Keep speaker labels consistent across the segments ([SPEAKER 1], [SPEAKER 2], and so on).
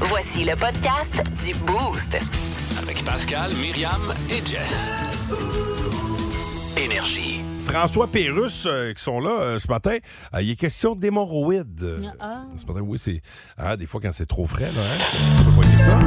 [SPEAKER 1] Voici le podcast du Boost.
[SPEAKER 2] Avec Pascal, Myriam et Jess. Énergie.
[SPEAKER 3] François Pérus, euh, qui sont là euh, ce matin, euh, il est question d'hémorroïdes. Euh,
[SPEAKER 4] Ah.
[SPEAKER 3] Ce matin, oui, c'est. hein, des fois, quand c'est trop frais, là, hein, tu peux poigner ça.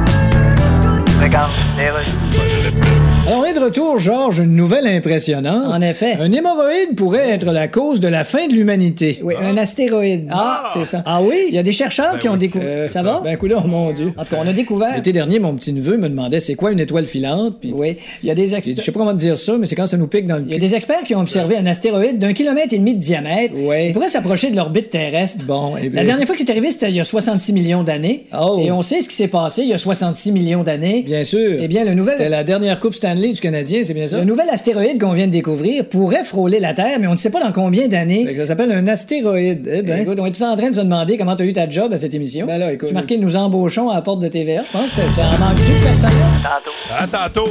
[SPEAKER 5] On est de retour, Georges, une nouvelle impressionnante. En effet. Un hémorroïde pourrait être la cause de la fin de l'humanité.
[SPEAKER 6] Oui, un astéroïde.
[SPEAKER 5] Ah, c'est ça.
[SPEAKER 6] Ah oui?
[SPEAKER 5] Il y a des chercheurs qui ont
[SPEAKER 3] oui,
[SPEAKER 5] découvert.
[SPEAKER 3] c'est- c'est
[SPEAKER 5] ça va? Ben, coudonc, mon Dieu.
[SPEAKER 6] En tout cas, on a découvert.
[SPEAKER 5] L'été dernier, mon petit neveu me demandait c'est quoi une étoile filante. Puis
[SPEAKER 6] Oui, il y a des
[SPEAKER 5] j'ai dit, je
[SPEAKER 6] experts.
[SPEAKER 5] sais pas comment te dire ça, mais c'est quand ça nous pique dans le.
[SPEAKER 6] Il y a des experts qui ont observé un astéroïde d'un kilomètre et demi de diamètre.
[SPEAKER 5] Ouais.
[SPEAKER 6] Il pourrait s'approcher de l'orbite terrestre.
[SPEAKER 5] Bon, eh bien-
[SPEAKER 6] La dernière fois que c'est arrivé, c'était il y a 66 millions d'années.
[SPEAKER 5] Oh.
[SPEAKER 6] Et on sait ce qui s'est passé il y a 66 millions d'années.
[SPEAKER 5] Bien sûr.
[SPEAKER 6] Eh bien, le nouvel-
[SPEAKER 5] C'était la dernière Coupe Stanley du Canadien, c'est bien ça?
[SPEAKER 6] Le nouvel astéroïde qu'on vient de découvrir pourrait frôler la Terre, mais on ne sait pas dans combien
[SPEAKER 5] Fait
[SPEAKER 6] d'années.
[SPEAKER 5] que ça s'appelle un astéroïde. Eh ben.
[SPEAKER 6] Écoute, on est tous en train de se demander comment t'as eu ta job à cette émission.
[SPEAKER 5] Ben là, écoute-
[SPEAKER 6] Tu marquais nous embauchons à la porte de TVA. Je pense que ça en manque-tu de personne?
[SPEAKER 3] À tantôt!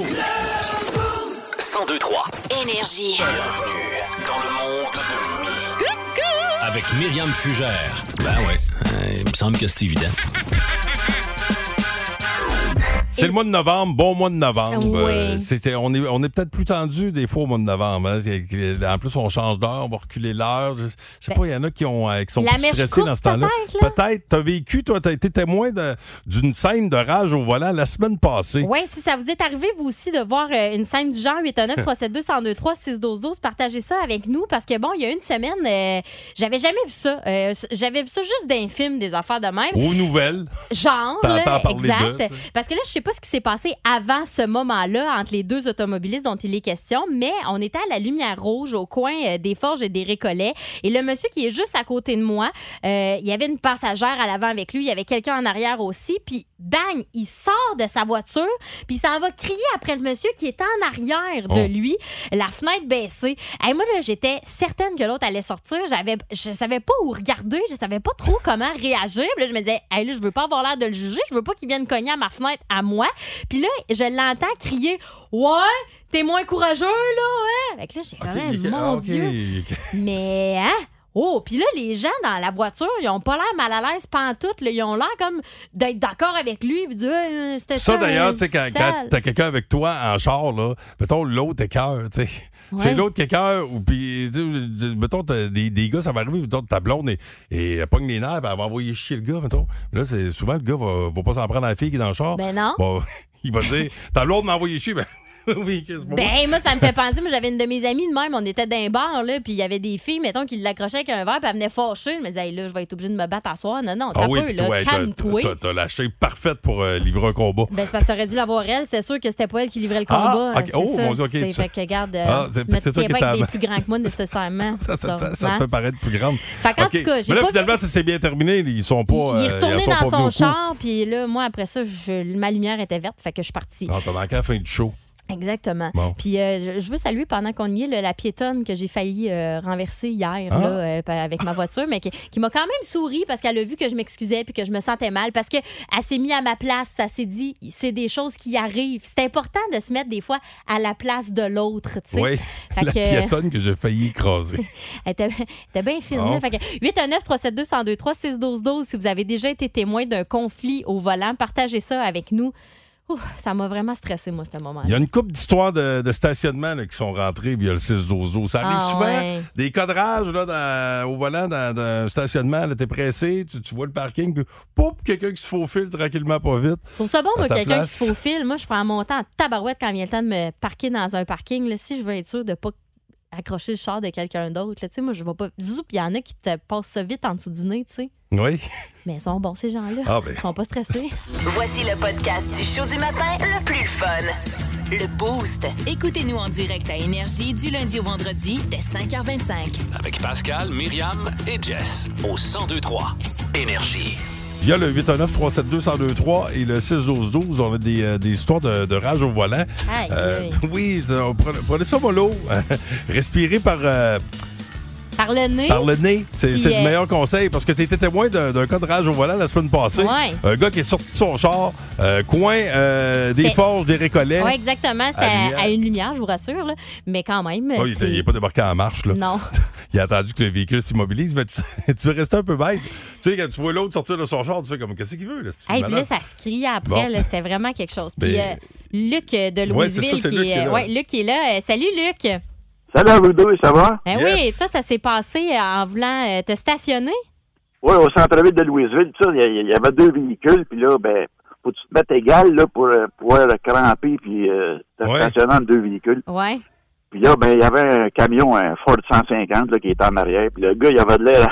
[SPEAKER 2] 1023.
[SPEAKER 1] Énergie.
[SPEAKER 2] Bienvenue dans le monde de Mi. Avec Myriam Fugère. Ben ouais. il me semble que c'est évident.
[SPEAKER 3] C'est le mois de novembre, bon mois de novembre. Euh,
[SPEAKER 4] Oui.
[SPEAKER 3] c'était- on est, on est peut-être plus tendu des fois au mois de novembre. hein, que- que- En plus, on change d'heure, on va reculer l'heure. Je je sais pas, il y en a qui, ont, euh, qui sont
[SPEAKER 4] La
[SPEAKER 3] plus
[SPEAKER 4] mèche
[SPEAKER 3] stressés
[SPEAKER 4] courte,
[SPEAKER 3] dans ce temps-là.
[SPEAKER 4] peut-être, là.
[SPEAKER 3] Peut-être, t'as vécu, toi, t'as été témoin de- d'une scène de rage au volant la semaine passée.
[SPEAKER 4] Oui, si ça vous est arrivé, vous aussi, de voir euh, une scène du genre
[SPEAKER 3] Hein.
[SPEAKER 4] 819 372 1023 612 partagez ça avec nous parce que, bon, il y a une semaine, euh, j'avais jamais vu ça. Euh, s- j'avais vu ça juste d'un film, des affaires de même.
[SPEAKER 3] Aux nouvelles.
[SPEAKER 4] Genre,
[SPEAKER 3] T'entends
[SPEAKER 4] là,
[SPEAKER 3] parler
[SPEAKER 4] exact.
[SPEAKER 3] d'eux, tu sais.
[SPEAKER 4] Parce que là, je sais pas ce qui s'est passé avant ce moment-là entre les deux automobilistes dont il est question, mais on était à la lumière rouge au coin euh, des forges et des récollets. Et le monsieur qui est juste à côté de moi, euh, il y avait une passagère à l'avant avec lui, il y avait quelqu'un en arrière aussi, puis bang, il sort de sa voiture, puis il s'en va crier après le monsieur qui est en arrière de
[SPEAKER 3] Oh.
[SPEAKER 4] lui, la fenêtre baissée. Hey, moi, là, j'étais certaine que l'autre allait sortir. J'avais, je savais pas où regarder. Je savais pas trop comment réagir. Puis là, je me disais, hey, là, je veux pas avoir l'air de le juger. Je veux pas qu'il vienne cogner à ma fenêtre à moi. Puis là, je l'entends crier, ouais, t'es moins courageux, là, hein. Fait que là, j'ai quand
[SPEAKER 3] Ok,
[SPEAKER 4] même,
[SPEAKER 3] ok,
[SPEAKER 4] mon
[SPEAKER 3] ok,
[SPEAKER 4] Dieu.
[SPEAKER 3] ok.
[SPEAKER 4] Mais, hein? Oh, puis là, les gens dans la voiture, ils ont pas l'air mal à l'aise pantoute. Là. Ils ont l'air comme d'être d'accord avec lui. Puis de dire, Hey, c'était
[SPEAKER 3] Ça, d'ailleurs,
[SPEAKER 4] un
[SPEAKER 3] tu sais, quand,
[SPEAKER 4] sale.
[SPEAKER 3] quand t'as quelqu'un avec toi en char, là, mettons, l'autre écœur, tu sais. C'est l'autre quelqu'un, ou puis, tu sais, mettons, t'as des, des gars, ça va arriver, mettons, ta blonde, et, et elle pogne les nerfs, puis elle va envoyer chier le gars, mettons. Mais là, c'est, souvent, le gars va, va pas s'en prendre à la fille qui est dans le char.
[SPEAKER 4] Ben non.
[SPEAKER 3] Bon, il va dire, ta blonde m'a envoyé chier, ben. oui, qu'est-ce que c'est pas moi.
[SPEAKER 4] Ben, moi, ça me fait penser. Moi, j'avais une de mes amies de même. On était d'un bar, là, puis il y avait des filles, mettons, qui l'accrochaient avec un verre, puis elle venait fâcher. Je me disais, Hey, là, je vais être obligée de me battre à soir. Non, non, t'as
[SPEAKER 3] Ah oui,
[SPEAKER 4] peu,
[SPEAKER 3] puis
[SPEAKER 4] là,
[SPEAKER 3] toi, hey, t'as-
[SPEAKER 4] calme-toi.
[SPEAKER 3] t'as- T'as la shape parfaite pour euh, livrer un combat.
[SPEAKER 4] Ben, c'est parce que t'aurais dû l'avoir elle. C'était sûr que c'était pas elle qui livrait le
[SPEAKER 3] Ah,
[SPEAKER 4] combat.
[SPEAKER 3] ok.
[SPEAKER 4] C'est
[SPEAKER 3] Oh,
[SPEAKER 4] ça,
[SPEAKER 3] mon Dieu, ok.
[SPEAKER 4] C'est
[SPEAKER 3] Ça-
[SPEAKER 4] fait que, regarde,
[SPEAKER 3] Ah, c'est-
[SPEAKER 4] euh,
[SPEAKER 3] fait que
[SPEAKER 4] me
[SPEAKER 3] c'est ça
[SPEAKER 4] tiens
[SPEAKER 3] qui
[SPEAKER 4] pas avec
[SPEAKER 3] t'a-
[SPEAKER 4] des plus grands que moi, nécessairement.
[SPEAKER 3] Ça, ça, ça, ça
[SPEAKER 4] Hein?
[SPEAKER 3] peut paraître plus grande.
[SPEAKER 4] Fait qu'en
[SPEAKER 3] Ok.
[SPEAKER 4] tout cas, j'ai
[SPEAKER 3] Mais là,
[SPEAKER 4] pas-
[SPEAKER 3] finalement, ça s'est bien terminé. Ils sont pas.
[SPEAKER 4] il est
[SPEAKER 3] euh,
[SPEAKER 4] retourné
[SPEAKER 3] ils sont pas
[SPEAKER 4] dans
[SPEAKER 3] venus
[SPEAKER 4] son
[SPEAKER 3] au coup.
[SPEAKER 4] char, puis là, moi, après ça, je- ma lumière était verte, fait que je suis partie.
[SPEAKER 3] Non, t'as manqué à la fin du show.
[SPEAKER 4] Exactement.
[SPEAKER 3] Bon.
[SPEAKER 4] Puis euh, je, je veux saluer pendant qu'on y est là, la piétonne que j'ai failli euh, renverser hier
[SPEAKER 3] Ah.
[SPEAKER 4] là, euh, pa- avec ma voiture, mais qui, qui m'a quand même souri parce qu'elle a vu que je m'excusais puis que je me sentais mal parce que elle s'est mise à ma place, ça s'est dit, c'est des choses qui arrivent. C'est important de se mettre des fois à la place de l'autre, tu sais.
[SPEAKER 3] Oui,
[SPEAKER 4] Fait
[SPEAKER 3] la
[SPEAKER 4] que-
[SPEAKER 3] piétonne que j'ai failli écraser.
[SPEAKER 4] Elle était, elle était bien fine.
[SPEAKER 3] Bon.
[SPEAKER 4] là. Fait que 819 372 1023 612 12 si vous avez déjà été témoin d'un conflit au volant, partagez ça avec nous. Ouh, ça m'a vraiment stressé moi ce moment-là.
[SPEAKER 3] Il y a une couple d'histoires de, de stationnement là, qui sont rentrées via le 6 12 Ça arrive
[SPEAKER 4] Ah,
[SPEAKER 3] souvent.
[SPEAKER 4] ouais.
[SPEAKER 3] Des cadrages là, dans- au volant d'un d'un stationnement. là, T'es pressé, tu, tu vois le parking, puis pouf, quelqu'un qui se faufile tranquillement pas vite.
[SPEAKER 4] Je trouve ça bon,
[SPEAKER 3] À
[SPEAKER 4] moi,
[SPEAKER 3] ta
[SPEAKER 4] quelqu'un qui
[SPEAKER 3] place.
[SPEAKER 4] se faufile. Moi, je prends mon temps en tabarouette quand vient le temps de me parquer dans un parking. là, si je veux être sûr de pas accrocher le char de quelqu'un d'autre, là, tu sais, moi, je vais pas. Zou, puis il y en a qui te passent ça vite en dessous du nez, tu sais.
[SPEAKER 3] Oui.
[SPEAKER 4] Mais ils sont bons, ces gens-là.
[SPEAKER 3] Ah, ben.
[SPEAKER 4] Ils sont pas stressés.
[SPEAKER 1] Voici le podcast du show du matin le plus fun.
[SPEAKER 7] Le Boost. Écoutez-nous en direct à Énergie du lundi au vendredi dès 5h25.
[SPEAKER 2] Avec Pascal, Myriam et Jess. Au 1023. Énergie.
[SPEAKER 3] via le 819-372-1023 et le 612-12. On a des, euh, des histoires de, de rage au volant.
[SPEAKER 4] Aïe,
[SPEAKER 3] Euh,
[SPEAKER 4] aïe.
[SPEAKER 3] oui, on prenez, prenez ça mollo. Respirez par, euh,
[SPEAKER 4] Par le nez.
[SPEAKER 3] par le nez. C'est
[SPEAKER 4] Puis,
[SPEAKER 3] c'est le
[SPEAKER 4] euh,
[SPEAKER 3] meilleur conseil parce que tu étais témoin d'un d'un cas de rage au volant la semaine passée.
[SPEAKER 4] Ouais.
[SPEAKER 3] Un gars qui est sorti de son char, euh, coin euh, des
[SPEAKER 4] C'était-
[SPEAKER 3] forges, des récollets.
[SPEAKER 4] Oui, exactement. C'était
[SPEAKER 3] À
[SPEAKER 4] à,
[SPEAKER 3] lumière.
[SPEAKER 4] à une lumière, je vous rassure. là. Mais quand même.
[SPEAKER 3] Oh, il
[SPEAKER 4] c'est-
[SPEAKER 3] n'est pas débarqué en marche. Là.
[SPEAKER 4] Non.
[SPEAKER 3] Il a attendu que le véhicule s'immobilise, mais tu, tu veux rester un peu bête. Tu sais, quand tu vois l'autre sortir de son char, tu fais comme qu'est-ce qu'il veut, là, ce
[SPEAKER 4] Hey, puis là,
[SPEAKER 3] malade?
[SPEAKER 4] ça se criait après.
[SPEAKER 3] Bon.
[SPEAKER 4] là, C'était vraiment quelque chose. Puis
[SPEAKER 3] Ben-
[SPEAKER 4] euh, Luc euh, de
[SPEAKER 3] Ouais, c'est ça,
[SPEAKER 4] Louisville
[SPEAKER 3] c'est
[SPEAKER 4] qui,
[SPEAKER 3] Luc qui est
[SPEAKER 4] euh,
[SPEAKER 3] là.
[SPEAKER 4] ouais, Luc qui est là. Euh, salut, Luc.
[SPEAKER 8] Salut à vous deux, ça va?
[SPEAKER 4] Ben
[SPEAKER 3] Yes.
[SPEAKER 4] oui, ça, ça s'est passé euh, en voulant euh, te stationner.
[SPEAKER 8] Oui, au centre-ville de Louisville, pis ça, il y a- il y, avait deux véhicules, puis là, ben, faut que tu te mettes égal là, pour euh, pouvoir cramper puis euh, te
[SPEAKER 3] Ouais.
[SPEAKER 8] stationner entre deux véhicules.
[SPEAKER 4] Ouais.
[SPEAKER 8] Puis là, ben, il y avait un camion, un Ford 150 là, qui était en arrière, puis le gars, il avait de l'air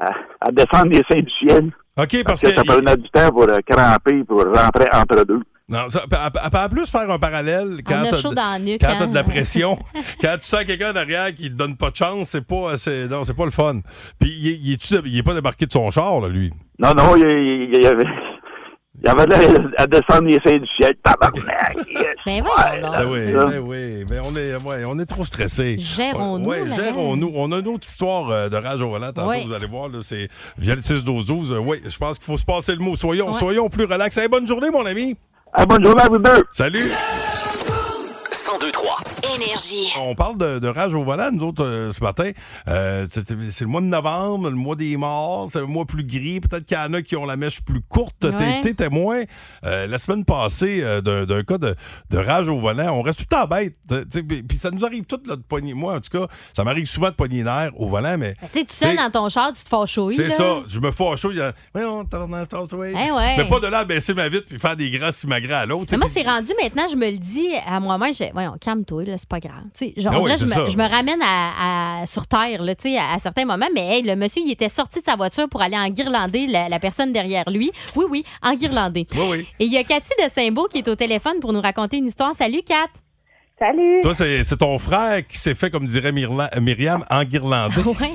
[SPEAKER 8] à, à- à descendre les seins du ciel.
[SPEAKER 3] OK,
[SPEAKER 8] Parce
[SPEAKER 3] parce que.
[SPEAKER 8] que ça
[SPEAKER 3] il-
[SPEAKER 8] prenait du temps pour euh, cramper, pour rentrer entre deux.
[SPEAKER 3] Non, ça- à- à- en plus, faire un parallèle quand
[SPEAKER 4] On a
[SPEAKER 3] t'as
[SPEAKER 4] chaud
[SPEAKER 3] de-
[SPEAKER 4] dans la nuque,
[SPEAKER 3] quand t'as de la
[SPEAKER 4] hein.
[SPEAKER 3] pression, quand tu sens quelqu'un derrière qui te donne pas de chance, c'est pas, c'est- non, c'est pas le fun. Puis il, est- il est-tu- il est pas débarqué de son char, là, lui.
[SPEAKER 8] Non, non, il, il, il avait... Il avait de l'air à descendre les seins du ciel. Tabarnak! Ah, yes. Ouais,
[SPEAKER 4] Ben voyons donc.
[SPEAKER 8] Ah,
[SPEAKER 3] Ah, Ben oui,
[SPEAKER 8] c'est ça.
[SPEAKER 3] ben oui, mais on est, ouais, on est trop stressé.
[SPEAKER 4] Gérons-nous,
[SPEAKER 3] Ouais,
[SPEAKER 4] là-dedans.
[SPEAKER 3] gérons-nous. On a une autre histoire euh, de rage au volant. Tantôt,
[SPEAKER 4] Ouais.
[SPEAKER 3] vous allez voir, là, c'est via le 6-12-12. oui, je pense qu'il faut se passer le mot. Soyons,
[SPEAKER 4] Ouais.
[SPEAKER 3] soyons plus relax. Hey, bonne journée, mon ami.
[SPEAKER 8] Ah, bonne journée à vous deux!
[SPEAKER 3] Salut.
[SPEAKER 1] 1023.
[SPEAKER 7] Énergie.
[SPEAKER 3] On parle de, de rage au volant, nous autres, euh, ce matin. Euh, c'est c'est le mois de novembre, le mois des morts, c'est le mois plus gris. Peut-être qu'il y en a qui ont la mèche plus courte. T'es-
[SPEAKER 4] Ouais.
[SPEAKER 3] T'es témoin euh, la semaine passée euh, d'un d'un cas de, de rage au volant. On reste tout le temps bête. euh, t'sais, Puis puis ça nous arrive tout là, de pogner. Moi, en tout cas, ça m'arrive souvent de pogner l'air au volant, mais
[SPEAKER 4] Ben, Tu sais, tout seul
[SPEAKER 3] C'est-
[SPEAKER 4] dans ton char, tu te fâches au
[SPEAKER 3] c'est ça. Je me fâche chaud. Mais on ouais.
[SPEAKER 4] Eh ouais.
[SPEAKER 3] Mais pas de là à baisser ma vitre puis faire des grands simagrées à l'autre.
[SPEAKER 4] Mais moi,
[SPEAKER 3] t'sais,
[SPEAKER 4] c'est rendu maintenant, je me le dis à moi-même, je voyons, calme-toi, là, c'est pas grave. Tu sais, genre,
[SPEAKER 3] Ah
[SPEAKER 4] on
[SPEAKER 3] oui,
[SPEAKER 4] dirait, je,
[SPEAKER 3] c'est ça.
[SPEAKER 4] me, je me ramène à, à- sur terre, là, tu sais, à, à certains moments, mais hey, le monsieur, il était sorti de sa voiture pour aller enguirlander la, la personne derrière lui. Oui, oui, enguirlander.
[SPEAKER 3] puis- Oui, oui.
[SPEAKER 4] Et il y a Cathy de Saint-Beau qui est au téléphone pour nous raconter une histoire. Salut, Kat!
[SPEAKER 9] Salut.
[SPEAKER 3] Toi, c'est c'est ton frère qui s'est fait, comme dirait Myrla- Myriam, enguirlander.
[SPEAKER 4] Ouais.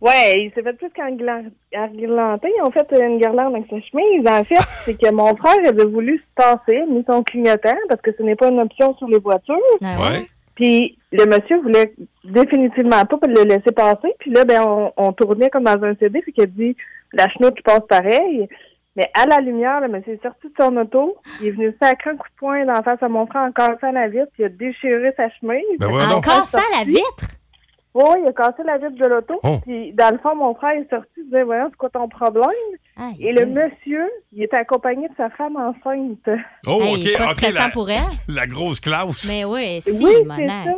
[SPEAKER 9] Ouais, il s'est fait plus qu'enguirlander. Ils ont fait une guirlande avec sa chemise. En fait, c'est que mon frère avait voulu se tasser, mis son clignotant, parce que ce n'est pas une option sur les voitures.
[SPEAKER 4] Ah ouais?
[SPEAKER 3] Ouais.
[SPEAKER 9] Puis le monsieur voulait définitivement pas le laisser passer. Puis là, ben, on, on tournait comme dans un CD, puis qu'il a dit la chenoute, tu passes pareil. Mais à la lumière, le monsieur est sorti de son auto. Il est venu sacrer un coup de poing dans la face à mon frère en cassant la vitre. Il a déchiré sa chemise.
[SPEAKER 3] Ben ouais, non.
[SPEAKER 4] Encore ça, la vitre?
[SPEAKER 9] Oui, il a cassé la vitre de l'auto.
[SPEAKER 3] Oh.
[SPEAKER 9] Puis, dans le fond, mon frère est sorti, il disait, voyons, c'est quoi ton problème?
[SPEAKER 4] Aïe,
[SPEAKER 9] Et le
[SPEAKER 4] aïe.
[SPEAKER 9] monsieur, il était accompagné de sa femme enceinte.
[SPEAKER 3] Oh,
[SPEAKER 4] Hey,
[SPEAKER 3] OK,
[SPEAKER 4] pas
[SPEAKER 3] OK.
[SPEAKER 4] stressant
[SPEAKER 3] La,
[SPEAKER 4] pour elle.
[SPEAKER 3] la grosse Klaus.
[SPEAKER 4] Mais oui, si,
[SPEAKER 9] oui,
[SPEAKER 4] mon
[SPEAKER 9] c'est
[SPEAKER 4] âme.
[SPEAKER 9] ça.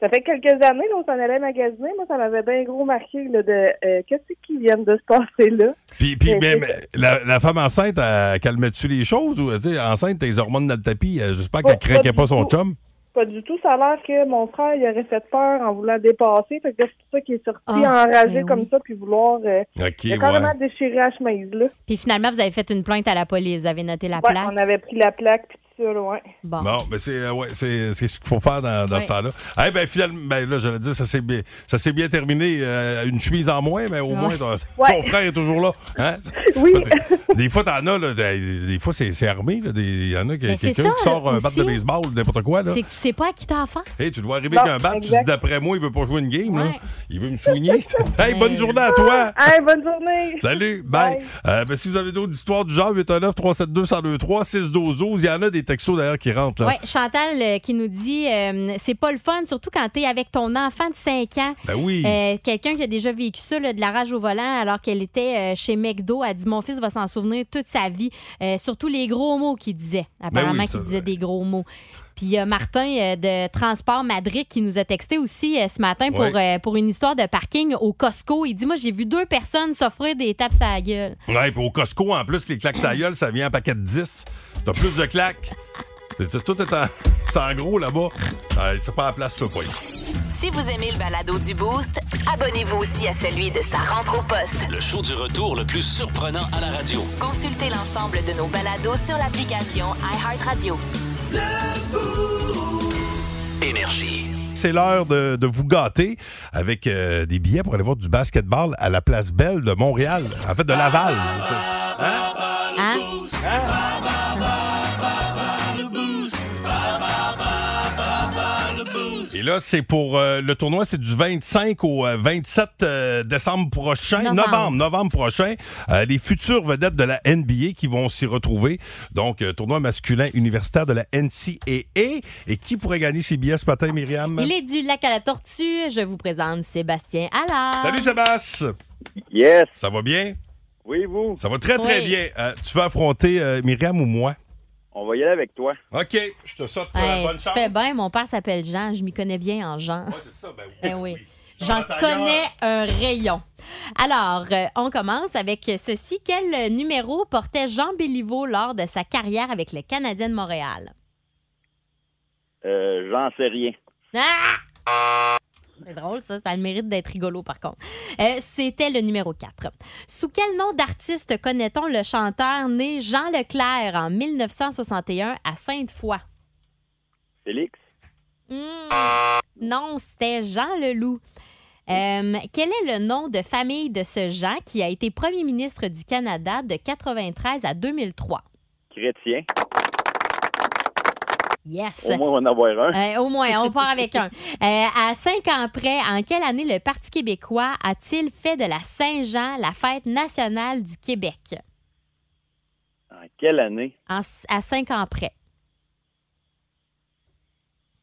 [SPEAKER 9] Ça fait quelques années, là, on s'en allait magasiner. Moi, ça m'avait bien gros marqué, là, de, euh, qu'est-ce qui vient de se passer, là?
[SPEAKER 3] Puis, puis
[SPEAKER 9] Mais
[SPEAKER 3] mais-
[SPEAKER 9] c'est-
[SPEAKER 3] mais la, la femme enceinte, elle calmait-tu les choses? Ou, tu sais, enceinte, tes hormones dans le tapis, euh, j'espère qu'elle
[SPEAKER 9] Pas-
[SPEAKER 3] craquait pas
[SPEAKER 9] pas du
[SPEAKER 3] son
[SPEAKER 9] tout.
[SPEAKER 3] chum.
[SPEAKER 9] Pas du tout. Ça a l'air que mon frère, il aurait fait peur en voulant dépasser. Fait que c'est pour ça qu'il est sorti
[SPEAKER 4] Ah,
[SPEAKER 9] enragé
[SPEAKER 4] ben
[SPEAKER 9] comme
[SPEAKER 4] oui.
[SPEAKER 9] ça, puis vouloir, euh,
[SPEAKER 3] OK,
[SPEAKER 9] il a carrément
[SPEAKER 3] ouais.
[SPEAKER 9] déchiré la chemise, là.
[SPEAKER 4] Puis finalement, vous avez fait une plainte à la police. Vous avez noté la
[SPEAKER 9] Ouais,
[SPEAKER 4] plaque.
[SPEAKER 9] on avait pris la plaque, puis tout ça, là, ouais.
[SPEAKER 4] Bon.
[SPEAKER 3] Bon, mais c'est euh, ouais, c'est c'est ce qu'il faut faire dans, dans
[SPEAKER 4] Ouais.
[SPEAKER 3] ce temps-là. Eh ben finalement, ben là, j'allais dire, ça s'est bien, ça s'est bien terminé. euh, une chemise en moins, mais au moins, ton, ton
[SPEAKER 9] Ouais.
[SPEAKER 3] frère est toujours là. hein?
[SPEAKER 9] Oui.
[SPEAKER 3] Parce que des fois, t'en as, là, des, des fois, c'est c'est armé. là, des- Il y en a qui-
[SPEAKER 4] Mais Ben, c'est
[SPEAKER 3] quelqu'un
[SPEAKER 4] ça,
[SPEAKER 3] qui sort un
[SPEAKER 4] aussi.
[SPEAKER 3] bat de baseball ou n'importe quoi. Ben, Là.
[SPEAKER 4] C'est que tu sais pas à qui t'as affaire.
[SPEAKER 3] Hey, tu dois arriver
[SPEAKER 9] Bon,
[SPEAKER 3] avec un bat, tu
[SPEAKER 9] exact.
[SPEAKER 3] dis, d'après moi, il veut pas jouer une game. Là.
[SPEAKER 4] Ouais. Ben,
[SPEAKER 3] Il veut me soigner. hey, bonne
[SPEAKER 4] Ouais.
[SPEAKER 3] journée à toi!
[SPEAKER 9] Hey, bonne journée!
[SPEAKER 3] Salut, bye.
[SPEAKER 9] Bye.
[SPEAKER 3] Euh, ben, si vous avez d'autres histoires du genre, 819 372 1023 612 12 il y en a des textos d'ailleurs qui rentrent. Là.
[SPEAKER 4] Ouais, Chantal euh, qui nous dit euh, c'est pas le fun, surtout quand t'es avec ton enfant de 5 ans.
[SPEAKER 3] Ben oui.
[SPEAKER 4] Euh, Quelqu'un qui a déjà vécu ça, là, de la rage au volant, alors qu'elle était euh, chez McDo, a dit Mon fils va s'en souvenir toute sa vie. Euh, surtout les gros mots qu'il disait. Apparemment,
[SPEAKER 3] Ben oui, ça, euh,
[SPEAKER 4] qu'il disait
[SPEAKER 3] ouais.
[SPEAKER 4] des gros mots. Puis il y a Martin euh, de Transport Madrid qui nous a texté aussi euh, ce matin pour, euh, pour une histoire de parking au Costco. Il dit Moi, j'ai vu deux personnes s'offrir des tapes à la gueule.
[SPEAKER 3] Ouais, puis au Costco, en plus, les claques à gueule, ça vient en paquet de 10. T'as plus de claques. C'est- c'est- tout est en, c'est en gros là-bas. Euh, c'est pas la place, toi, pas.
[SPEAKER 7] Si vous aimez le balado du Boost,
[SPEAKER 1] Abonnez-vous aussi à celui de sa rentre au poste.
[SPEAKER 2] Le show du retour le plus surprenant à la radio.
[SPEAKER 7] consultez l'ensemble de nos balados sur l'application iHeartRadio.
[SPEAKER 2] Énergie.
[SPEAKER 3] C'est l'heure de, de vous gâter avec euh, des billets pour aller voir du basketball à la place Belle de Montréal. En fait, de Laval. tu sais.
[SPEAKER 4] Hein?
[SPEAKER 3] Et là, c'est pour euh, le tournoi, c'est du 25 au euh, 27 euh, décembre prochain,
[SPEAKER 4] Novembre.
[SPEAKER 3] novembre, novembre, prochain. Euh, les futures vedettes de la NBA qui vont s'y retrouver. Donc, euh, tournoi masculin universitaire de la NCAA. Et qui pourrait gagner ces billets ce matin, Myriam?
[SPEAKER 4] Il est du lac à la tortue. Je vous présente Sébastien Allard.
[SPEAKER 3] Salut Sébastien!
[SPEAKER 8] Yes.
[SPEAKER 3] Ça va bien?
[SPEAKER 8] Oui, vous.
[SPEAKER 3] Ça va très, très
[SPEAKER 4] Oui.
[SPEAKER 3] bien. Euh, tu vas affronter euh, Myriam ou moi?
[SPEAKER 8] On va y aller avec toi.
[SPEAKER 3] OK, je te souhaite euh,
[SPEAKER 4] Hey,
[SPEAKER 3] bonne
[SPEAKER 4] tu
[SPEAKER 3] chance.
[SPEAKER 4] fais bien, mon père s'appelle Jean, je m'y connais bien en Jean.
[SPEAKER 3] Ouais, c'est ça, ben oui.
[SPEAKER 4] Eh oui. J'en
[SPEAKER 3] Jonathan
[SPEAKER 4] connais un rayon. Alors, euh, on commence avec ceci. Quel numéro portait Jean Béliveau lors de sa carrière avec le Canadien de Montréal?
[SPEAKER 8] Euh, J'en sais rien.
[SPEAKER 4] Ah! C'est drôle, ça. Ça a le mérite d'être rigolo, par contre. Euh, C'était le numéro 4. Sous quel nom d'artiste connaît-on le chanteur né Jean Leclerc en 1961 à Sainte-Foy?
[SPEAKER 8] Félix?
[SPEAKER 4] Hmm. Non, c'était Jean Leloup. Euh, quel est le nom de famille de ce Jean qui a été premier ministre du Canada de 93 à 2003?
[SPEAKER 8] Chrétien?
[SPEAKER 4] Yes!
[SPEAKER 8] Au moins, on va en avoir un.
[SPEAKER 4] Euh, au moins, on part avec un. Euh, à cinq ans près, en quelle année le Parti québécois a-t-il fait de la Saint-Jean la fête nationale du Québec?
[SPEAKER 8] En quelle année?
[SPEAKER 4] En c- à cinq ans près.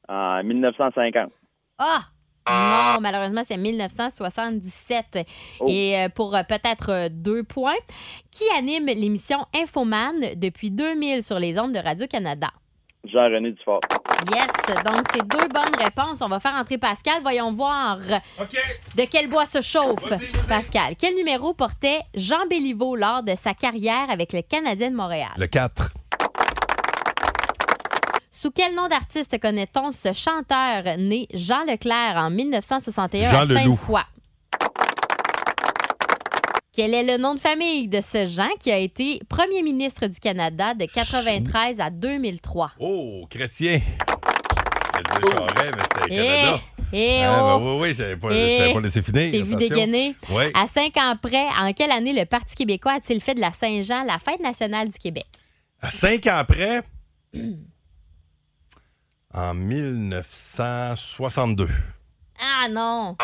[SPEAKER 8] En 1950.
[SPEAKER 4] Ah! Non, malheureusement, c'est 1977.
[SPEAKER 8] Oh.
[SPEAKER 4] Et euh, pour euh, peut-être euh, deux points, qui anime l'émission Infoman depuis 2000 sur les ondes de Radio-Canada?
[SPEAKER 8] Jean-René Dufort.
[SPEAKER 4] Yes! Donc, c'est deux bonnes réponses. On va faire entrer Pascal. Voyons voir
[SPEAKER 3] OK.
[SPEAKER 4] de quel bois se chauffe.
[SPEAKER 3] Vas-y, vas-y.
[SPEAKER 4] Pascal, quel numéro portait Jean Béliveau lors de sa carrière avec le Canadien de Montréal?
[SPEAKER 3] Le 4.
[SPEAKER 4] Sous quel nom d'artiste connaît-on ce chanteur né Jean Leclerc en 1961
[SPEAKER 3] Jean
[SPEAKER 4] à
[SPEAKER 3] Leloup.
[SPEAKER 4] Sainte-Foy? Quel est le nom de famille de ce Jean qui a été premier ministre du Canada de 93 à 2003?
[SPEAKER 3] Oh, chrétien. Je vais dire Charest, mais c'était
[SPEAKER 4] Eh,
[SPEAKER 3] Canada.
[SPEAKER 4] eh
[SPEAKER 3] Ah,
[SPEAKER 4] oh!
[SPEAKER 3] ben oui, oui, j'avais pas,
[SPEAKER 4] Eh.
[SPEAKER 3] j'avais pas laissé finir.
[SPEAKER 4] T'es vu
[SPEAKER 3] attention.
[SPEAKER 4] dégainer? Ah.
[SPEAKER 3] Oui.
[SPEAKER 4] À cinq ans près, en quelle année le Parti québécois a-t-il fait de la Saint-Jean la fête nationale du Québec?
[SPEAKER 3] À cinq ans après, en 1962.
[SPEAKER 4] Ah non!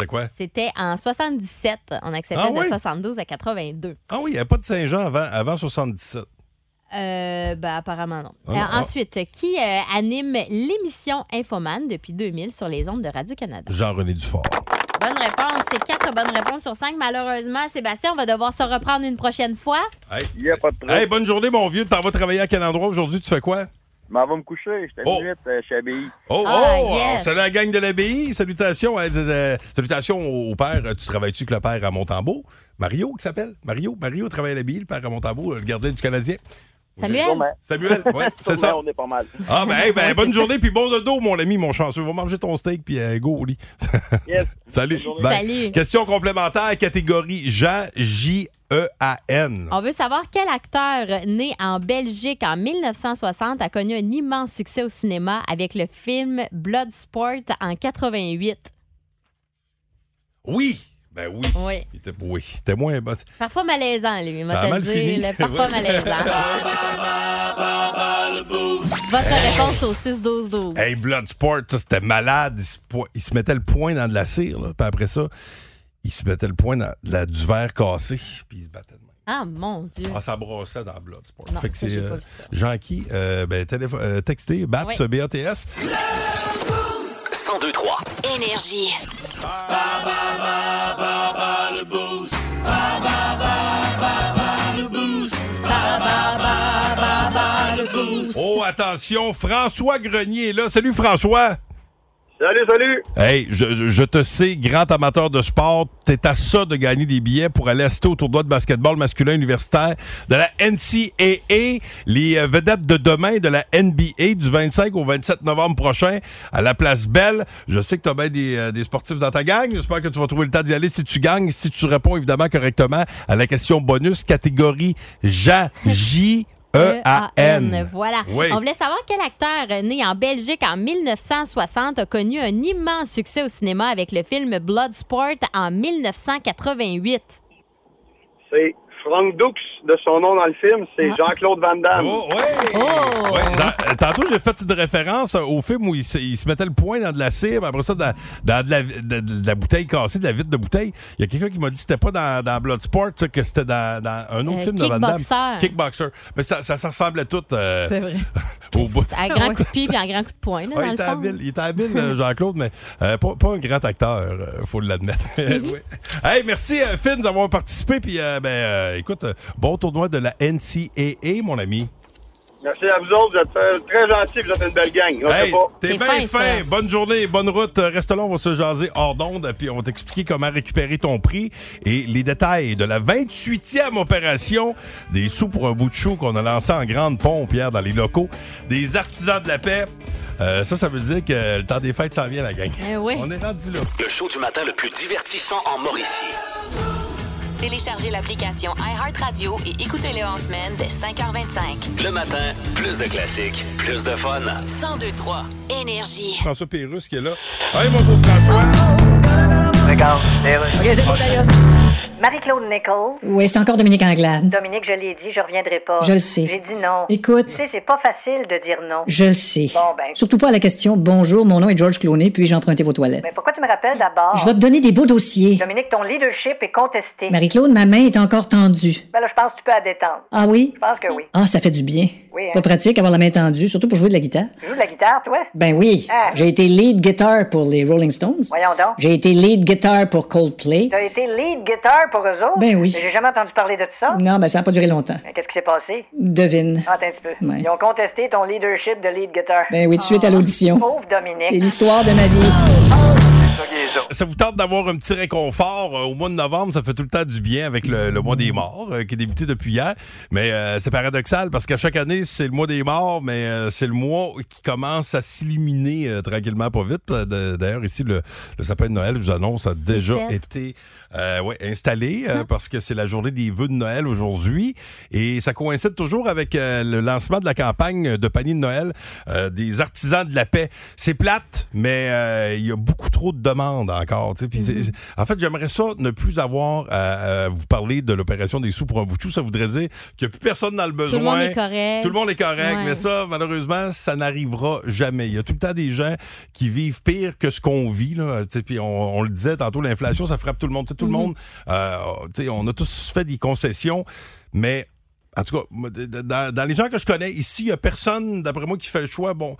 [SPEAKER 3] C'est quoi?
[SPEAKER 4] C'était en 77. On acceptait
[SPEAKER 3] Ah
[SPEAKER 4] de
[SPEAKER 3] oui?
[SPEAKER 4] 72 à 82.
[SPEAKER 3] Ah oui, il n'y avait pas de Saint-Jean avant, avant 77.
[SPEAKER 4] Euh, ben, apparemment non.
[SPEAKER 3] Ah,
[SPEAKER 4] Euh,
[SPEAKER 3] ah.
[SPEAKER 4] ensuite, qui euh, anime l'émission Infoman depuis 2000 sur les ondes de Radio-Canada?
[SPEAKER 3] Jean-René Dufort.
[SPEAKER 4] Bonne réponse. C'est quatre bonnes réponses sur cinq. Malheureusement, Sébastien, on va devoir se reprendre une prochaine fois.
[SPEAKER 3] Hey.
[SPEAKER 8] Il n'y a pas de
[SPEAKER 3] Hey, bonne journée, mon vieux. T'en vas travailler à quel endroit aujourd'hui? Tu fais quoi?
[SPEAKER 8] Je m'en vais me coucher. Je
[SPEAKER 3] Oh.
[SPEAKER 8] t'invite, oh. Chabille.
[SPEAKER 3] Oh,
[SPEAKER 4] Ah,
[SPEAKER 3] oh!
[SPEAKER 4] yes.
[SPEAKER 3] on Salut la gang de l'abbaye. Salutations, à- euh, salutations au au père. euh, Tu travailles-tu avec le père à Montembeau? Mario, qui s'appelle? Mario. Mario travaille à l'abbaye, le père à Montembeau, le gardien du Canadien.
[SPEAKER 4] Samuel?
[SPEAKER 8] Sûrement.
[SPEAKER 3] Samuel, ouais, c'est ça.
[SPEAKER 8] Sûrement, On est pas mal.
[SPEAKER 3] Ah ben, hey, ben,
[SPEAKER 4] Ouais, c'est
[SPEAKER 3] bonne
[SPEAKER 4] ça.
[SPEAKER 3] journée puis bon dodo mon ami mon chanceux. Va manger ton steak puis euh, go au lit.
[SPEAKER 8] Yes.
[SPEAKER 3] Salut.
[SPEAKER 8] journée.
[SPEAKER 3] Bye.
[SPEAKER 4] Salut.
[SPEAKER 3] Question complémentaire catégorie Jean J E A N.
[SPEAKER 4] On veut savoir quel acteur né en Belgique en 1960 a connu un immense succès au cinéma avec le film Bloodsport en 88.
[SPEAKER 3] Oui. Ben oui.
[SPEAKER 4] Oui.
[SPEAKER 3] Il était oui, il était moins bon.
[SPEAKER 4] Parfois malaisant, lui.
[SPEAKER 3] Ça a
[SPEAKER 4] m'a-t-elle
[SPEAKER 3] mal
[SPEAKER 4] dit,
[SPEAKER 3] fini.
[SPEAKER 4] là, parfois
[SPEAKER 3] Ouais.
[SPEAKER 4] malaisant. Votre réponse au 6-12-12.
[SPEAKER 3] Hey Bloodsport, ça c'était malade, il se, po- il se mettait le poing dans de la cire là, puis après ça, il se mettait le poing dans de la, du verre cassé, puis il se battait de même.
[SPEAKER 4] Ah, mon Dieu.
[SPEAKER 3] Ah, ça brossait dans Bloodsport.
[SPEAKER 4] Non,
[SPEAKER 3] fait que
[SPEAKER 4] ça,
[SPEAKER 3] c'est
[SPEAKER 4] j'ai pas
[SPEAKER 3] euh,
[SPEAKER 4] vu ça.
[SPEAKER 3] Jean-Guy, euh, ben, téléphone- euh, textez, BATS,
[SPEAKER 4] Oui.
[SPEAKER 3] B-A-T-S.
[SPEAKER 1] 1023.
[SPEAKER 7] Énergie.
[SPEAKER 3] Oh, attention, François Grenier est là. Salut François!
[SPEAKER 8] Salut, salut.
[SPEAKER 3] Hey, je, je- je te sais, grand amateur de sport, t'es à ça de gagner des billets pour aller assister au tournoi de basketball masculin universitaire de la NCAA, les euh, vedettes de demain de la NBA du 25 au 27 novembre prochain à la Place Belle. Je sais que t'as bien des, euh, des sportifs dans ta gang. J'espère que tu vas trouver le temps d'y aller si tu gagnes, si tu réponds évidemment correctement à la question bonus catégorie Jean J. E A N.
[SPEAKER 4] Voilà.
[SPEAKER 3] Oui.
[SPEAKER 4] On voulait savoir quel acteur euh, né en Belgique en 1960 a connu un immense succès au cinéma avec le film Bloodsport en 1988.
[SPEAKER 8] C'est
[SPEAKER 10] Frank Dux, de son nom dans le film,
[SPEAKER 3] Ah.
[SPEAKER 10] c'est Jean-Claude Van Damme.
[SPEAKER 3] Oh, ouais. Ouais, dans- euh, tantôt, j'ai fait une référence euh, au film où il, se- il se mettait le poing dans de la cible, après ça, dans, dans de, la, de- de la bouteille cassée, de la vitre de bouteille. Il y a quelqu'un qui m'a dit que c'était pas dans, dans Bloodsport, ça, que c'était dans, dans un autre
[SPEAKER 4] Euh,
[SPEAKER 3] film de Van Damme.
[SPEAKER 4] Kickboxer.
[SPEAKER 3] Kickboxer. Mais ça, ça, se ressemblait tout. euh,
[SPEAKER 4] C'est vrai.
[SPEAKER 3] Au bout.
[SPEAKER 4] À grand coup de pied puis à grand coup de poing, là,
[SPEAKER 3] Ouais,
[SPEAKER 4] dans
[SPEAKER 3] il,
[SPEAKER 4] le
[SPEAKER 3] était
[SPEAKER 4] fond.
[SPEAKER 3] habile, il était habile, euh, Jean-Claude, mais euh, pas, pas un grand acteur, euh, faut l'admettre. Oui. Hey, merci, euh, Finn, d'avoir participé. Puis, euh, ben, euh, écoute, euh, bon tournoi de la NCAA, mon ami.
[SPEAKER 10] Merci à vous autres, vous êtes euh, très gentils, vous êtes une belle gang. On
[SPEAKER 3] Hey,
[SPEAKER 10] sait pas.
[SPEAKER 3] t'es bien fin. Bonne journée, bonne route. Euh, Reste là, on va se jaser hors d'onde, puis on va t'expliquer comment récupérer ton prix et les détails de la 28e opération des sous pour un bout de chou qu'on a lancé en grande pompe hier dans les locaux des artisans de la paix. Euh, ça, ça veut dire que le temps des fêtes s'en vient, la gang.
[SPEAKER 7] Eh
[SPEAKER 3] On est rendu là.
[SPEAKER 2] Le show du matin le plus divertissant en Mauricie.
[SPEAKER 7] Téléchargez l'application iHeartRadio et écoutez-le en semaine dès 5h25.
[SPEAKER 2] Le matin, plus de classiques, plus de fun.
[SPEAKER 7] 1023 Énergie.
[SPEAKER 3] François Pérusse qui est là. Hey, mon beau François!
[SPEAKER 11] Regarde,
[SPEAKER 12] Ok, c'est bon, ta gueule.
[SPEAKER 11] Marie-Claude Nichols.
[SPEAKER 12] Oui, c'est encore Dominique Anglade.
[SPEAKER 11] Dominique, je l'ai dit, je reviendrai pas.
[SPEAKER 12] Je le sais.
[SPEAKER 11] J'ai dit non.
[SPEAKER 12] Écoute.
[SPEAKER 11] Tu sais, c'est pas facile de dire non.
[SPEAKER 12] Je le sais.
[SPEAKER 11] Bon, ben.
[SPEAKER 12] Surtout pas à la question Bonjour, mon nom est George Clooney, puis-je emprunter vos toilettes?
[SPEAKER 11] Mais pourquoi tu me rappelles d'abord?
[SPEAKER 12] Je vais te donner des beaux dossiers.
[SPEAKER 11] Dominique, ton leadership est contesté.
[SPEAKER 12] Marie-Claude, ma main est encore tendue.
[SPEAKER 11] Ben là, je pense que tu peux la détendre.
[SPEAKER 12] Ah oui?
[SPEAKER 11] Je pense que oui.
[SPEAKER 12] Ah, ça fait du bien.
[SPEAKER 11] Oui, hein.
[SPEAKER 12] Pas pratique avoir la main tendue, surtout pour jouer de la guitare.
[SPEAKER 11] Tu joues de la guitare, toi?
[SPEAKER 12] Ben oui.
[SPEAKER 11] Ah.
[SPEAKER 12] J'ai été lead guitar pour les Rolling Stones.
[SPEAKER 11] Voyons donc.
[SPEAKER 12] J'ai été lead guitar pour Coldplay.
[SPEAKER 11] T'as été lead guitar pour eux autres?
[SPEAKER 12] Ben oui.
[SPEAKER 11] Mais J'ai jamais entendu parler de ça.
[SPEAKER 12] Non, ben ça n'a pas duré longtemps.
[SPEAKER 11] Mais Qu'est-ce qui s'est passé? Ah,
[SPEAKER 12] Devine.
[SPEAKER 11] Attends un petit peu.
[SPEAKER 12] Ouais.
[SPEAKER 11] Ils ont contesté ton leadership de lead guitar. Ah.
[SPEAKER 12] Ben oui, tout de suite à l'audition.
[SPEAKER 11] Pauvre Dominique. Oh,
[SPEAKER 12] C'est l'histoire de ma vie.
[SPEAKER 3] Ça vous tente d'avoir un petit réconfort euh, au mois de novembre, ça fait tout le temps du bien avec le, le mois des morts euh, qui est débuté depuis hier. Mais euh, c'est paradoxal parce qu'à chaque année, c'est le mois des morts, mais euh, c'est le mois qui commence à s'illuminer euh, tranquillement, pas vite. Euh, de- D'ailleurs, ici, le, le sapin de Noël, je vous annonce, a déjà
[SPEAKER 13] fait.
[SPEAKER 3] été euh, ouais, installé
[SPEAKER 4] Hein?
[SPEAKER 3] euh, parce que c'est la journée des vœux de Noël aujourd'hui. Et ça coïncide toujours avec euh, le lancement de la campagne de panier de Noël euh, des artisans de la paix. C'est plate, mais euh, il y a beaucoup trop de demandes encore. tu sais. Puis
[SPEAKER 4] Mhm.
[SPEAKER 3] c'est- c'est- En fait, j'aimerais ça ne plus avoir à, à vous parler de l'opération des sous pour un bout de chou. Ça voudrait dire qu'il n'y a plus personne dans le besoin.
[SPEAKER 4] le monde est correct.
[SPEAKER 3] Tout le monde est correct,
[SPEAKER 4] Ouais.
[SPEAKER 3] mais ça, malheureusement, ça n'arrivera jamais. Il y a tout le temps des gens qui vivent pire que ce qu'on vit. Là. Tu sais, Puis on, on le disait tantôt, l'inflation, ça frappe tout le monde. Tu sais, Tout
[SPEAKER 4] Mhm.
[SPEAKER 3] le monde, euh, tu sais, on a tous fait des concessions, mais en tout cas, moi, d- d- dans, dans les gens que je connais, ici, il n'y a personne, d'après moi, qui fait le choix. Bon,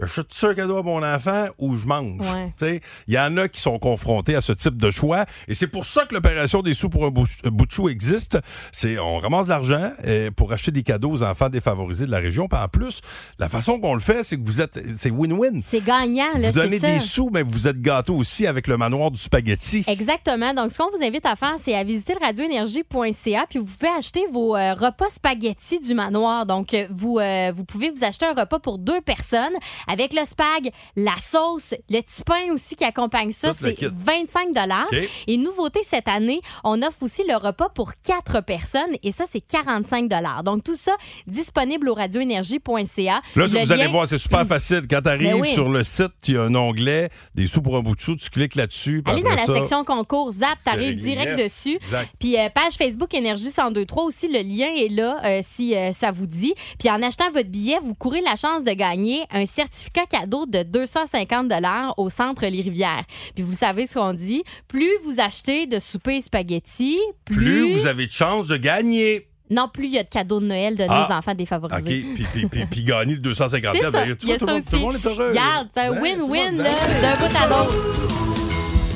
[SPEAKER 3] je suis sûr cadeau à mon enfant ou je mange.
[SPEAKER 13] Ouais.
[SPEAKER 3] Tu sais, Il y en a qui sont confrontés à ce type de choix. Et c'est pour ça que l'opération des sous pour un bout un bout de chou existe. C'est on ramasse de l'argent euh, pour acheter des cadeaux aux enfants défavorisés de la région. Puis en plus, la façon qu'on le fait, c'est que vous êtes. C'est win-win.
[SPEAKER 4] C'est gagnant, là,
[SPEAKER 3] Vous
[SPEAKER 4] c'est
[SPEAKER 3] donnez
[SPEAKER 4] ça.
[SPEAKER 3] des sous, mais vous êtes gâteau aussi avec le manoir du spaghetti.
[SPEAKER 4] Exactement. Donc, ce qu'on vous invite à faire, c'est à visiter le radioénergie.ca, puis vous pouvez acheter vos euh, repas spaghetti du manoir. Donc, euh, vous, euh, vous pouvez vous acheter un repas pour deux personnes avec le spag, la sauce, le petit pain aussi qui accompagne ça.
[SPEAKER 14] Tout le
[SPEAKER 4] C'est
[SPEAKER 14] kit.
[SPEAKER 4] 25
[SPEAKER 14] OK.
[SPEAKER 4] Et nouveauté cette année, on offre aussi le repas pour quatre personnes, et ça, c'est 45 Donc, tout ça disponible au radioénergie.ca.
[SPEAKER 3] Là, vous
[SPEAKER 4] Le
[SPEAKER 3] allez
[SPEAKER 4] lien- Mm.
[SPEAKER 3] voir, c'est super facile. Quand tu arrives
[SPEAKER 4] Ben oui.
[SPEAKER 3] sur le site, il y a un onglet des sous pour un bout de chou, tu cliques là-dessus. puis
[SPEAKER 4] Allez dans
[SPEAKER 3] après
[SPEAKER 4] la
[SPEAKER 3] ça-
[SPEAKER 4] section concours, zap,
[SPEAKER 3] c'est
[SPEAKER 4] t'arrives
[SPEAKER 3] réglé.
[SPEAKER 4] direct
[SPEAKER 3] Yes,
[SPEAKER 4] dessus.
[SPEAKER 3] exact.
[SPEAKER 4] Puis euh, page Facebook Énergie 1023 aussi, le lien est là euh, si euh, ça vous dit. Puis en achetant votre billet, vous courez la chance de gagner un certificat cadeau de 250 au centre Les Rivières. Puis vous savez ce qu'on dit, plus vous achetez de souper et spaghetti, plus...
[SPEAKER 3] Plus vous avez de chances de gagner.
[SPEAKER 4] Non, plus il y a de cadeaux de Noël donnés
[SPEAKER 3] Ah.
[SPEAKER 4] aux enfants
[SPEAKER 3] OK,
[SPEAKER 4] défavorisés.
[SPEAKER 3] puis, puis, puis, puis gagner le 250
[SPEAKER 4] C'est ça,
[SPEAKER 3] Ben, tu
[SPEAKER 4] il
[SPEAKER 3] vois,
[SPEAKER 4] y a
[SPEAKER 3] tout,
[SPEAKER 4] ça
[SPEAKER 3] le monde- tout le
[SPEAKER 4] aussi.
[SPEAKER 3] monde est heureux.
[SPEAKER 4] Regarde, c'est un
[SPEAKER 3] Ben,
[SPEAKER 4] win-win là, d'un bout à l'autre.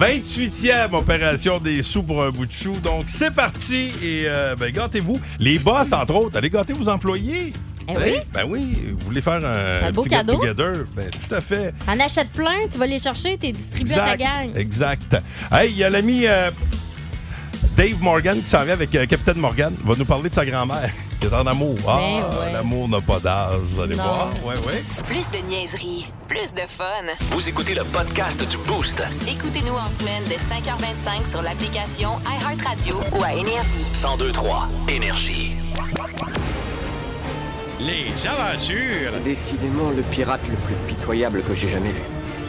[SPEAKER 3] 28e opération des sous pour un bout de chou. Donc, c'est parti et euh, ben, gâtez-vous. Les boss, entre autres, allez gâter vos employés.
[SPEAKER 4] Eh
[SPEAKER 3] Hein?
[SPEAKER 4] oui.
[SPEAKER 3] Ben oui, vous voulez faire un,
[SPEAKER 4] Un beau
[SPEAKER 3] petit
[SPEAKER 4] cadeau.
[SPEAKER 3] get-together. Ben, tout à fait.
[SPEAKER 4] En achète plein, tu vas les chercher, t'es distribué à ta
[SPEAKER 3] Exact.
[SPEAKER 4] gang.
[SPEAKER 3] Exact. Hey, il y a l'ami euh, Dave Morgan qui s'en vient avec euh, Capitaine Morgan. Il va nous parler de sa grand-mère qui est en amour. Ah,
[SPEAKER 4] Ben
[SPEAKER 3] l'amour n'a pas d'âge, vous allez
[SPEAKER 7] Non.
[SPEAKER 3] voir. Ouais, ouais.
[SPEAKER 7] Plus de niaiserie, plus de fun.
[SPEAKER 2] Vous écoutez le podcast du Boost.
[SPEAKER 7] Écoutez-nous en semaine dès 5h25 sur l'application iHeartRadio ou à Énergie.
[SPEAKER 2] 1023 Énergie.
[SPEAKER 15] Les aventures.
[SPEAKER 16] Décidément le pirate le plus pitoyable que j'ai jamais vu.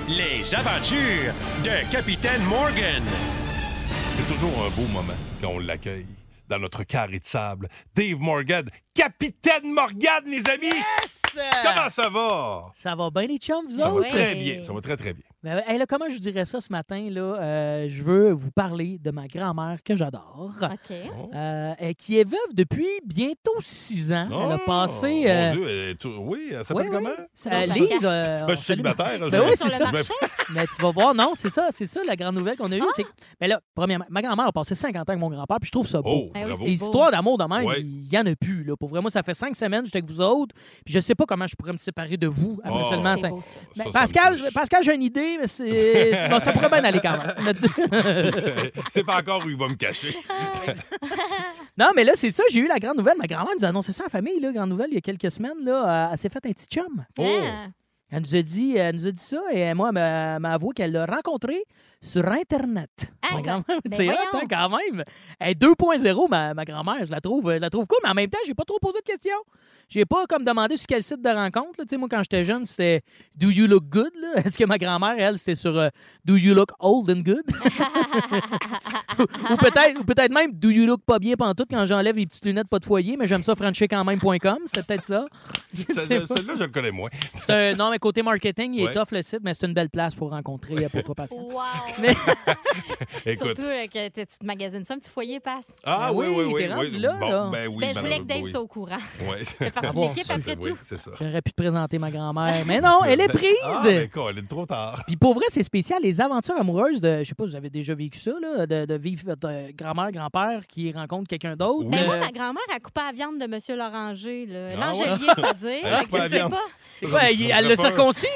[SPEAKER 15] Les aventures de Capitaine Morgan.
[SPEAKER 3] C'est toujours un beau moment quand on l'accueille. dans notre carré de sable. Dave Morgan, capitaine Morgan, les amis! Comment ça va?
[SPEAKER 13] Ça va bien, les chums, vous
[SPEAKER 3] Ça
[SPEAKER 13] autres?
[SPEAKER 3] va très bien, ça va très très bien.
[SPEAKER 13] Ben, hey, là, comment je dirais ça ce matin? Là, Euh, je veux vous parler de ma grand-mère que j'adore.
[SPEAKER 4] OK.
[SPEAKER 3] Oh.
[SPEAKER 13] Euh, euh, qui est veuve depuis bientôt six ans. Elle a
[SPEAKER 3] Oh,
[SPEAKER 13] passé.
[SPEAKER 3] mon
[SPEAKER 13] euh,
[SPEAKER 3] Dieu, elle est tout- oui, elle s'appelle
[SPEAKER 13] oui,
[SPEAKER 3] comment?
[SPEAKER 13] oui. Ça- euh, Lise, euh,
[SPEAKER 3] Ben, je suis
[SPEAKER 13] salut, Mar-
[SPEAKER 3] célibataire.
[SPEAKER 13] Ben
[SPEAKER 3] je-
[SPEAKER 13] oui, c'est ça. Mais tu vas voir, non, c'est ça, c'est ça la grande nouvelle qu'on a eue. c'est que- Mais là, premièrement, ma grand-mère a passé 50 ans avec mon grand-père, puis je trouve ça beau.
[SPEAKER 3] Oh, Ben oui, bravo. c'est
[SPEAKER 13] Les
[SPEAKER 3] beau.
[SPEAKER 13] histoires d'amour de même,
[SPEAKER 3] Ouais.
[SPEAKER 13] il n'y en a plus. Là. Pour vrai, moi, ça fait cinq semaines, j'étais avec vous autres, puis je sais pas comment je pourrais me séparer de vous après
[SPEAKER 3] Oh.
[SPEAKER 13] seulement
[SPEAKER 3] C'est
[SPEAKER 13] cinq-
[SPEAKER 3] beau, ça.
[SPEAKER 13] Ben,
[SPEAKER 3] Ça, ça me
[SPEAKER 13] Pascal, je- Pascal j'ai une idée, mais c'est. bon, ça pourrait bien aller quand même.
[SPEAKER 3] C'est- c'est pas encore où il va me cacher.
[SPEAKER 13] Non, mais là, c'est ça, j'ai eu la grande nouvelle. Ma grand-mère nous a annoncé ça à la famille, là, grande nouvelle, il y a quelques semaines. Là, euh, elle s'est faite un petit chum.
[SPEAKER 4] Ah.
[SPEAKER 13] Elle nous a dit, elle nous a dit ça et moi, elle m'a elle m'a avoué qu'elle l'a rencontré sur Internet. Ma
[SPEAKER 4] quand-
[SPEAKER 13] grand-mère,
[SPEAKER 4] ben
[SPEAKER 13] c'est hot,
[SPEAKER 4] voyons.
[SPEAKER 13] hein, quand même. Elle est 2.0, ma, ma grand-mère, je la trouve, je la trouve cool, mais en même temps, j'ai pas trop posé de questions. J'ai pas comme demandé sur quel site de rencontre. là. Tu sais, moi, quand j'étais jeune, c'était Do you look good? là? Est-ce que ma grand-mère, elle, c'était sur euh, Do you look old and good? ou peut-être ou peut-être même Do you look pas bien pantoute quand j'enlève les petites lunettes pas de foyer, mais j'aime ça franchir quand même.com. C'était peut-être ça. Je
[SPEAKER 3] Ça-
[SPEAKER 13] sais pas.
[SPEAKER 3] Celle-là, je le connais moins.
[SPEAKER 13] C'est un- non, mais côté marketing, il est
[SPEAKER 3] Ouais.
[SPEAKER 13] tough le site, mais c'est une belle place pour rencontrer, euh, pour toi, Pascal.
[SPEAKER 4] Wow!
[SPEAKER 3] Écoute.
[SPEAKER 4] Surtout là, que t- tu te magasines ça, un petit foyer passe.
[SPEAKER 3] Ah
[SPEAKER 13] Ben
[SPEAKER 3] oui, oui,
[SPEAKER 13] oui,
[SPEAKER 3] oui.
[SPEAKER 13] t'es rendu
[SPEAKER 3] oui.
[SPEAKER 13] là,
[SPEAKER 3] bon,
[SPEAKER 13] là.
[SPEAKER 3] Ben oui,
[SPEAKER 4] Ben, je voulais que
[SPEAKER 3] malheureusement,
[SPEAKER 4] Dave
[SPEAKER 3] oui.
[SPEAKER 4] soit au courant.
[SPEAKER 3] Ouais.
[SPEAKER 4] Ah. Fait
[SPEAKER 13] Ah
[SPEAKER 4] partie de
[SPEAKER 3] Bon,
[SPEAKER 4] l'équipe
[SPEAKER 3] ça,
[SPEAKER 4] après
[SPEAKER 3] c'est-
[SPEAKER 4] tout.
[SPEAKER 3] oui, c'est ça.
[SPEAKER 13] J'aurais pu te présenter ma grand-mère, mais non, elle est prise!
[SPEAKER 3] Ah, ben, quoi, elle est trop tard.
[SPEAKER 13] Puis pour vrai, c'est spécial, les aventures amoureuses de, je sais pas, vous avez déjà vécu ça, là, de, de vivre votre euh, grand-mère, grand-père qui rencontre quelqu'un d'autre.
[SPEAKER 4] Ben moi,
[SPEAKER 13] Euh,
[SPEAKER 4] ma grand-mère a coupé la viande de M. Loranger. là.
[SPEAKER 13] Ah ouais?
[SPEAKER 4] L'angelier, c'est-à-dire.
[SPEAKER 13] Elle a
[SPEAKER 4] Fait que
[SPEAKER 13] coupé
[SPEAKER 4] je
[SPEAKER 13] la
[SPEAKER 4] sais
[SPEAKER 13] viande.
[SPEAKER 4] pas.
[SPEAKER 13] c'est quoi, elle, elle le circoncis?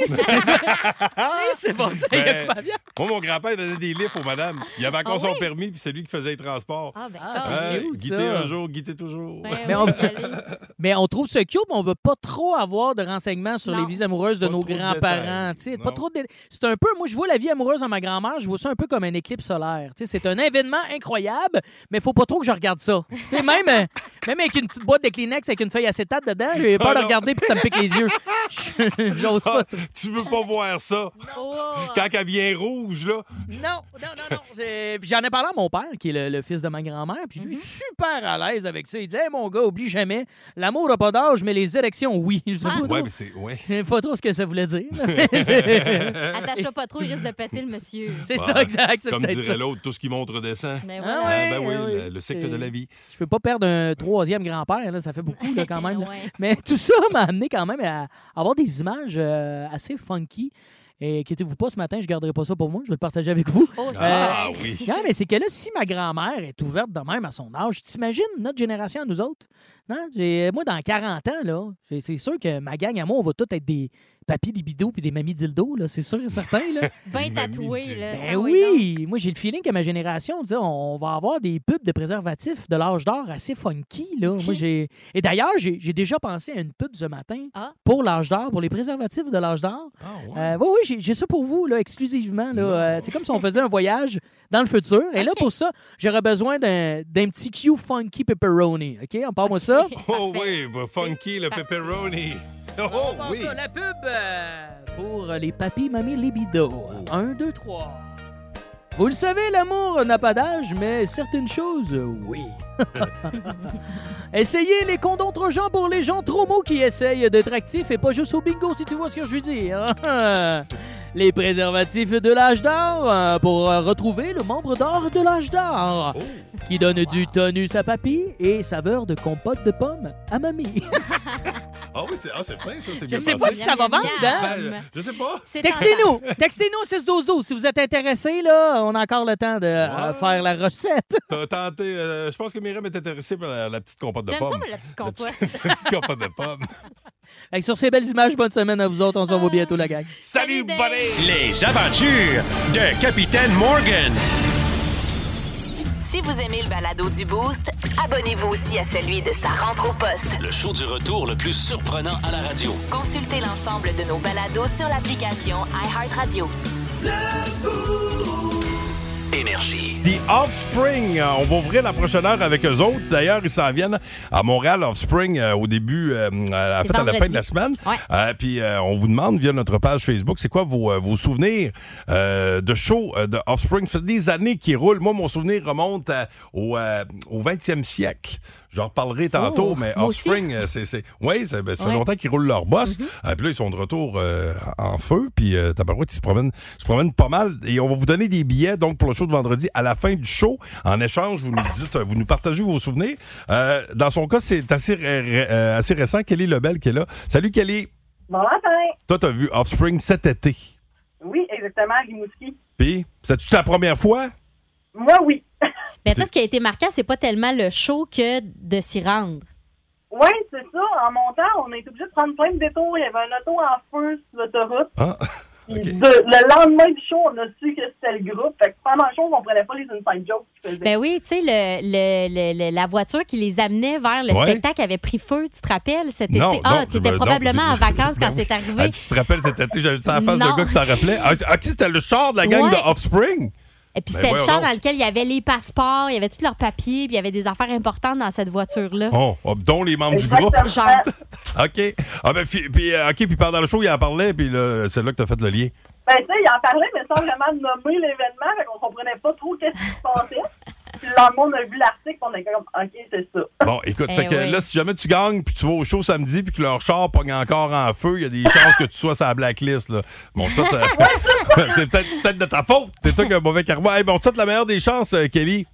[SPEAKER 13] c'est bon, ça, il y a
[SPEAKER 3] Ben,
[SPEAKER 13] pas bien.
[SPEAKER 3] Moi, mon grand-père donnait des livres aux madames. Il avait encore
[SPEAKER 13] Ah
[SPEAKER 3] son
[SPEAKER 13] oui?
[SPEAKER 3] permis, puis c'est lui qui faisait les transports.
[SPEAKER 4] Ah, ben,
[SPEAKER 13] Ah, c'est
[SPEAKER 3] Hein,
[SPEAKER 13] cute,
[SPEAKER 3] guetter
[SPEAKER 13] ça.
[SPEAKER 3] un jour, guetter toujours.
[SPEAKER 13] Mais on, mais on trouve ça cute, mais on ne veut pas trop avoir de renseignements sur
[SPEAKER 4] Non.
[SPEAKER 13] les vies amoureuses de nos
[SPEAKER 3] trop de
[SPEAKER 13] grands-parents.
[SPEAKER 3] détails.
[SPEAKER 13] tu sais, pas trop de dé- C'est un peu, moi, je vois la vie amoureuse de ma grand-mère, je vois ça un peu comme un éclipse solaire. tu sais, C'est un événement incroyable, mais faut pas trop que je regarde ça. Tu sais, même, euh, même avec une petite boîte de Kleenex avec une feuille acétate dedans, j'ai peur
[SPEAKER 3] Ah,
[SPEAKER 13] de
[SPEAKER 3] non.
[SPEAKER 13] regarder puis ça me pique les yeux. J'ose pas.
[SPEAKER 3] Ah, tu veux pas voir ça? Quand elle vient rouge, là.
[SPEAKER 13] Non, non, non, non. J'ai- puis J'en ai parlé à mon père, qui est le, le fils de ma grand-mère, puis lui, super à l'aise avec ça. Il dit Hey, mon gars, oublie jamais, l'amour n'a pas d'âge, mais les érections, oui. Je sais pas trop-
[SPEAKER 3] Ouais, mais c'est. Ouais.
[SPEAKER 13] Je sais pas trop ce que ça voulait dire.
[SPEAKER 4] Attache-toi pas trop, il risque de péter le monsieur.
[SPEAKER 13] C'est
[SPEAKER 3] Ouais.
[SPEAKER 13] ça, exact. c'est
[SPEAKER 3] Bah, Comme
[SPEAKER 13] peut-être ça.
[SPEAKER 3] dirait l'autre, tout ce qui montre descend.
[SPEAKER 4] Ben
[SPEAKER 3] Ah,
[SPEAKER 4] voilà.
[SPEAKER 3] ben oui,
[SPEAKER 13] Ah oui.
[SPEAKER 3] le- le cycle de la vie.
[SPEAKER 13] Je peux pas perdre un troisième grand-père, là, ça fait beaucoup là, quand même. là.
[SPEAKER 4] Ouais.
[SPEAKER 13] Mais tout ça m'a amené quand même à avoir des images euh, assez funky. Et inquiétez-vous pas, ce matin, je garderai pas ça pour moi, je vais le partager avec vous.
[SPEAKER 4] Oh, c'est
[SPEAKER 3] Ah oui.
[SPEAKER 13] Non, mais c'est que là, si ma grand-mère est ouverte de même à son âge, t'imagines notre génération à nous autres? Non? J'ai- Moi, dans 40 ans, là, c'est- c'est sûr que ma gang à moi, on va tous être des papis libido puis des mamies dildo, là, c'est sûr et certain. Là.
[SPEAKER 4] Ben tatoué,
[SPEAKER 13] Ben
[SPEAKER 4] là. tiens, Ah donc.
[SPEAKER 13] oui! Moi, j'ai le feeling que ma génération, tu sais, on va avoir des pubs de préservatifs de l'âge d'or assez funky. Là. Moi, j'ai... Et d'ailleurs, j'ai, j'ai déjà pensé à une pub ce matin
[SPEAKER 4] Ah.
[SPEAKER 13] pour l'âge d'or, pour les préservatifs de l'âge d'or. Euh, oui, oui, j'ai, j'ai ça pour vous, là, exclusivement. Là. Euh, c'est comme si on faisait un voyage dans le futur. Et là, pour ça, j'aurais besoin d'un, d'un petit Q funky pepperoni. OK? On part-moi ça.
[SPEAKER 3] Oh oui, bah, funky le pepperoni. Oh
[SPEAKER 13] On part
[SPEAKER 3] oui.
[SPEAKER 13] ça, la pub euh, pour les papis, mamies, libido. Un, deux, trois. Vous le savez, l'amour n'a pas d'âge, mais certaines choses, euh, oui. Essayez les condoms trop gens pour les gens trop mots qui essayent d'être actifs et pas juste au bingo, si tu vois ce que je veux dire. les préservatifs de l'âge d'or euh, pour euh, retrouver le membre d'or de l'âge d'or qui donne du tonus à papy et saveur de compote de pommes à mamie.
[SPEAKER 3] Ah oui, c'est ah, c'est fin, ça, c'est
[SPEAKER 13] Je
[SPEAKER 3] bien
[SPEAKER 13] sais
[SPEAKER 3] pensé.
[SPEAKER 13] pas si ça va vendre, hein?
[SPEAKER 3] Ben, je sais pas.
[SPEAKER 4] C'est
[SPEAKER 13] Textez-nous! Textez-nous au 6-12-12 si vous êtes intéressé, là. On a encore le temps de euh, faire la recette.
[SPEAKER 3] T'as tenté. euh, je pense que Myriam est intéressée par la, la petite compote de
[SPEAKER 4] J'aime
[SPEAKER 3] pommes.
[SPEAKER 4] ça, mais la petite compote.
[SPEAKER 3] La petite compote de pommes.
[SPEAKER 13] Fait que sur ces belles images, bonne semaine à vous autres. On se revoit bientôt, la gang.
[SPEAKER 3] Salut, bonnet!
[SPEAKER 15] Les aventures de Capitaine Morgan.
[SPEAKER 7] Si vous aimez le balado du Boost, abonnez-vous aussi à celui de sa rentre au poste.
[SPEAKER 2] Le show du retour le plus surprenant à la radio.
[SPEAKER 7] Consultez l'ensemble de nos balados sur l'application iHeartRadio.
[SPEAKER 2] Énergie.
[SPEAKER 3] The Offspring, euh, on va ouvrir la prochaine heure avec eux autres. D'ailleurs, ils s'en viennent à Montréal Offspring euh, au début, euh, à, en
[SPEAKER 14] C'est
[SPEAKER 3] fait, à la
[SPEAKER 14] vendredi.
[SPEAKER 3] fin de la semaine.
[SPEAKER 14] Ouais.
[SPEAKER 3] Euh, puis euh, on vous demande via notre page Facebook, c'est quoi vos, euh, vos souvenirs euh, de show euh, de Offspring? Ça fait des années qui roulent. Moi, mon souvenir remonte à- au, euh, au 20e siècle. J'en reparlerai tantôt,
[SPEAKER 14] Oh,
[SPEAKER 3] mais
[SPEAKER 14] moi aussi.
[SPEAKER 3] Offspring, euh, c'est. c'est- Oui, ça, ben, ça fait
[SPEAKER 14] Ouais.
[SPEAKER 3] longtemps qu'ils roulent leur boss.
[SPEAKER 4] Mm-hmm.
[SPEAKER 3] Euh, puis là, ils sont de retour euh, en feu. Puis euh, Tabarouette, ils se promènent, ils se promènent pas mal. Et on va vous donner des billets donc pour le show de vendredi à la fin du show. En échange, vous nous dites, euh, vous nous partagez vos souvenirs. Euh, dans son cas, c'est assez, ré- ré- euh, assez récent. Kelly Lebel qui est là. Salut Kelly.
[SPEAKER 17] Bon matin.
[SPEAKER 3] Toi, t'as vu Offspring cet été.
[SPEAKER 17] Oui, exactement, à Rimouski.
[SPEAKER 3] Puis, c'est-tu ta première fois?
[SPEAKER 17] Moi, oui.
[SPEAKER 4] Mais toi, Ben, ce qui a été marquant, c'est pas tellement le show que de s'y rendre.
[SPEAKER 17] Oui, c'est ça. En montant, on a été obligé de prendre plein de détours. Il y avait un auto en feu sur l'autoroute. Puis de- le lendemain du show, on a su que c'était le groupe. Fait que pendant le show, on comprenait pas les inside jokes qu'ils faisaient.
[SPEAKER 4] Ben oui, tu sais, le, le- le- le- la voiture qui les amenait vers le
[SPEAKER 3] Ouais.
[SPEAKER 4] spectacle avait pris feu, tu te rappelles? Cet
[SPEAKER 3] Non,
[SPEAKER 4] été? Ah,
[SPEAKER 3] non,
[SPEAKER 4] tu étais
[SPEAKER 3] ben,
[SPEAKER 4] probablement
[SPEAKER 3] non.
[SPEAKER 4] en vacances
[SPEAKER 3] Ben
[SPEAKER 4] quand
[SPEAKER 3] oui.
[SPEAKER 4] c'est arrivé.
[SPEAKER 3] Ah, tu te rappelles cet été, j'avais vu ça en face
[SPEAKER 4] Non.
[SPEAKER 3] d'un gars qui s'en rappelait. Ah, c'est- ah, qui c'était le char de la gang
[SPEAKER 4] Ouais.
[SPEAKER 3] de Offspring?
[SPEAKER 4] Et puis
[SPEAKER 3] Ben
[SPEAKER 4] c'était le
[SPEAKER 3] voyons
[SPEAKER 4] char
[SPEAKER 3] donc.
[SPEAKER 4] dans lequel il y avait les passeports, il y avait tous leurs papiers, puis il y avait des affaires importantes dans cette voiture-là.
[SPEAKER 3] Oh, oh, dont les membres du groupe.
[SPEAKER 4] Genre,
[SPEAKER 3] OK. Ah ben, fi- puis, euh, OK, puis pendant le show, il en parlait, puis là, c'est là que t'as fait le lien.
[SPEAKER 17] Ben, tu sais, il en parlait, mais sans vraiment nommer l'événement. Fait qu'on comprenait pas trop qu'est-ce qui se passait. Puis le lendemain, on a vu l'article, on était comme, OK, c'est ça.
[SPEAKER 3] Bon, écoute,
[SPEAKER 17] Eh
[SPEAKER 3] fait que
[SPEAKER 17] oui.
[SPEAKER 3] là, si jamais tu gagnes, puis tu vas au show samedi, puis que leur char pogne encore en feu, il y a des chances que tu sois sur la blacklist, là. Bon, ça, t'as- c'est peut-être peut-être de ta faute. T'es toi qui as un mauvais karma. Eh, bon, ça, la meilleure des chances, euh, Kelly.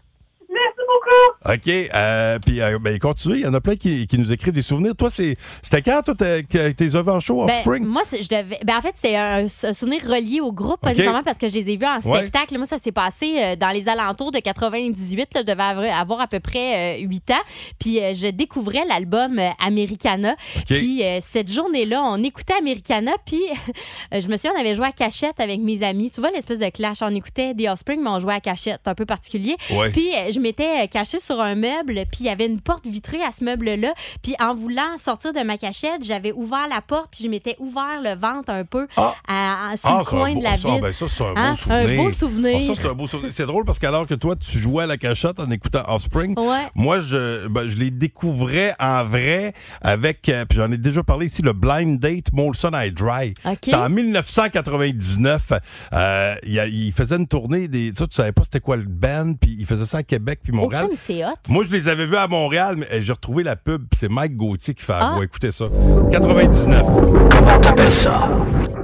[SPEAKER 17] Merci beaucoup.
[SPEAKER 3] OK. euh, puis, euh, ben, continue. Il y en a plein qui, qui nous écrivent des souvenirs. Toi, c'est- c'était quand, toi, t'as- que tes œuvres en show,
[SPEAKER 4] Ben,
[SPEAKER 3] Offspring?
[SPEAKER 4] moi, c'est- je devais- ben, en fait, c'est un, un souvenir relié au groupe, pas
[SPEAKER 3] Ok.
[SPEAKER 4] nécessairement parce que je les ai vus en
[SPEAKER 3] Ouais.
[SPEAKER 4] spectacle. Moi, ça s'est passé euh, dans les alentours de 98. là. je devais avoir, avoir à peu près 8 ans. Puis euh, je découvrais l'album euh, Americana. Puis euh, cette journée-là, on écoutait Americana. Puis euh, je me souviens, on avait joué à cachette avec mes amis. Tu vois l'espèce de clash. On écoutait The Offspring, mais on jouait à cachette. C'est un peu particulier.
[SPEAKER 18] Ouais.
[SPEAKER 4] Puis euh, je m'étais euh, cachée sur un meuble, puis il y avait une porte vitrée à ce meuble-là. Puis en voulant sortir de ma cachette, j'avais ouvert la porte, puis je m'étais ouvert le ventre un peu à- à- sur
[SPEAKER 3] Ah,
[SPEAKER 4] le
[SPEAKER 3] c'est
[SPEAKER 4] coin
[SPEAKER 3] un beau-
[SPEAKER 4] de la
[SPEAKER 3] ça,
[SPEAKER 4] vitre.
[SPEAKER 3] ben, ça, c'est un,
[SPEAKER 4] Hein?
[SPEAKER 3] beau souvenir.
[SPEAKER 4] beau souvenir.
[SPEAKER 3] Ah, ça, c'est un beau souvenir. C'est drôle parce qu'alors que toi, tu jouais à la cachette en écoutant Offspring,
[SPEAKER 4] Ouais.
[SPEAKER 3] moi, je, ben, je les découvrais en vrai avec, euh, puis j'en ai déjà parlé ici, le Blind Date Molson I Dry.
[SPEAKER 4] Ok.
[SPEAKER 3] C'était en 1999. Euh, il y a- il faisait une tournée des. Tu sais, tu savais pas c'était quoi le band, puis il faisait ça à Québec, puis
[SPEAKER 4] Au
[SPEAKER 3] Montréal.
[SPEAKER 4] crime, c'est hot.
[SPEAKER 3] Moi, je les avais vus à Montréal, mais euh, j'ai retrouvé la pub. puis C'est Mike Gauthier qui fait la
[SPEAKER 4] Ah.
[SPEAKER 3] voix. Écoutez ça. 99.
[SPEAKER 15] Comment t'appelles ça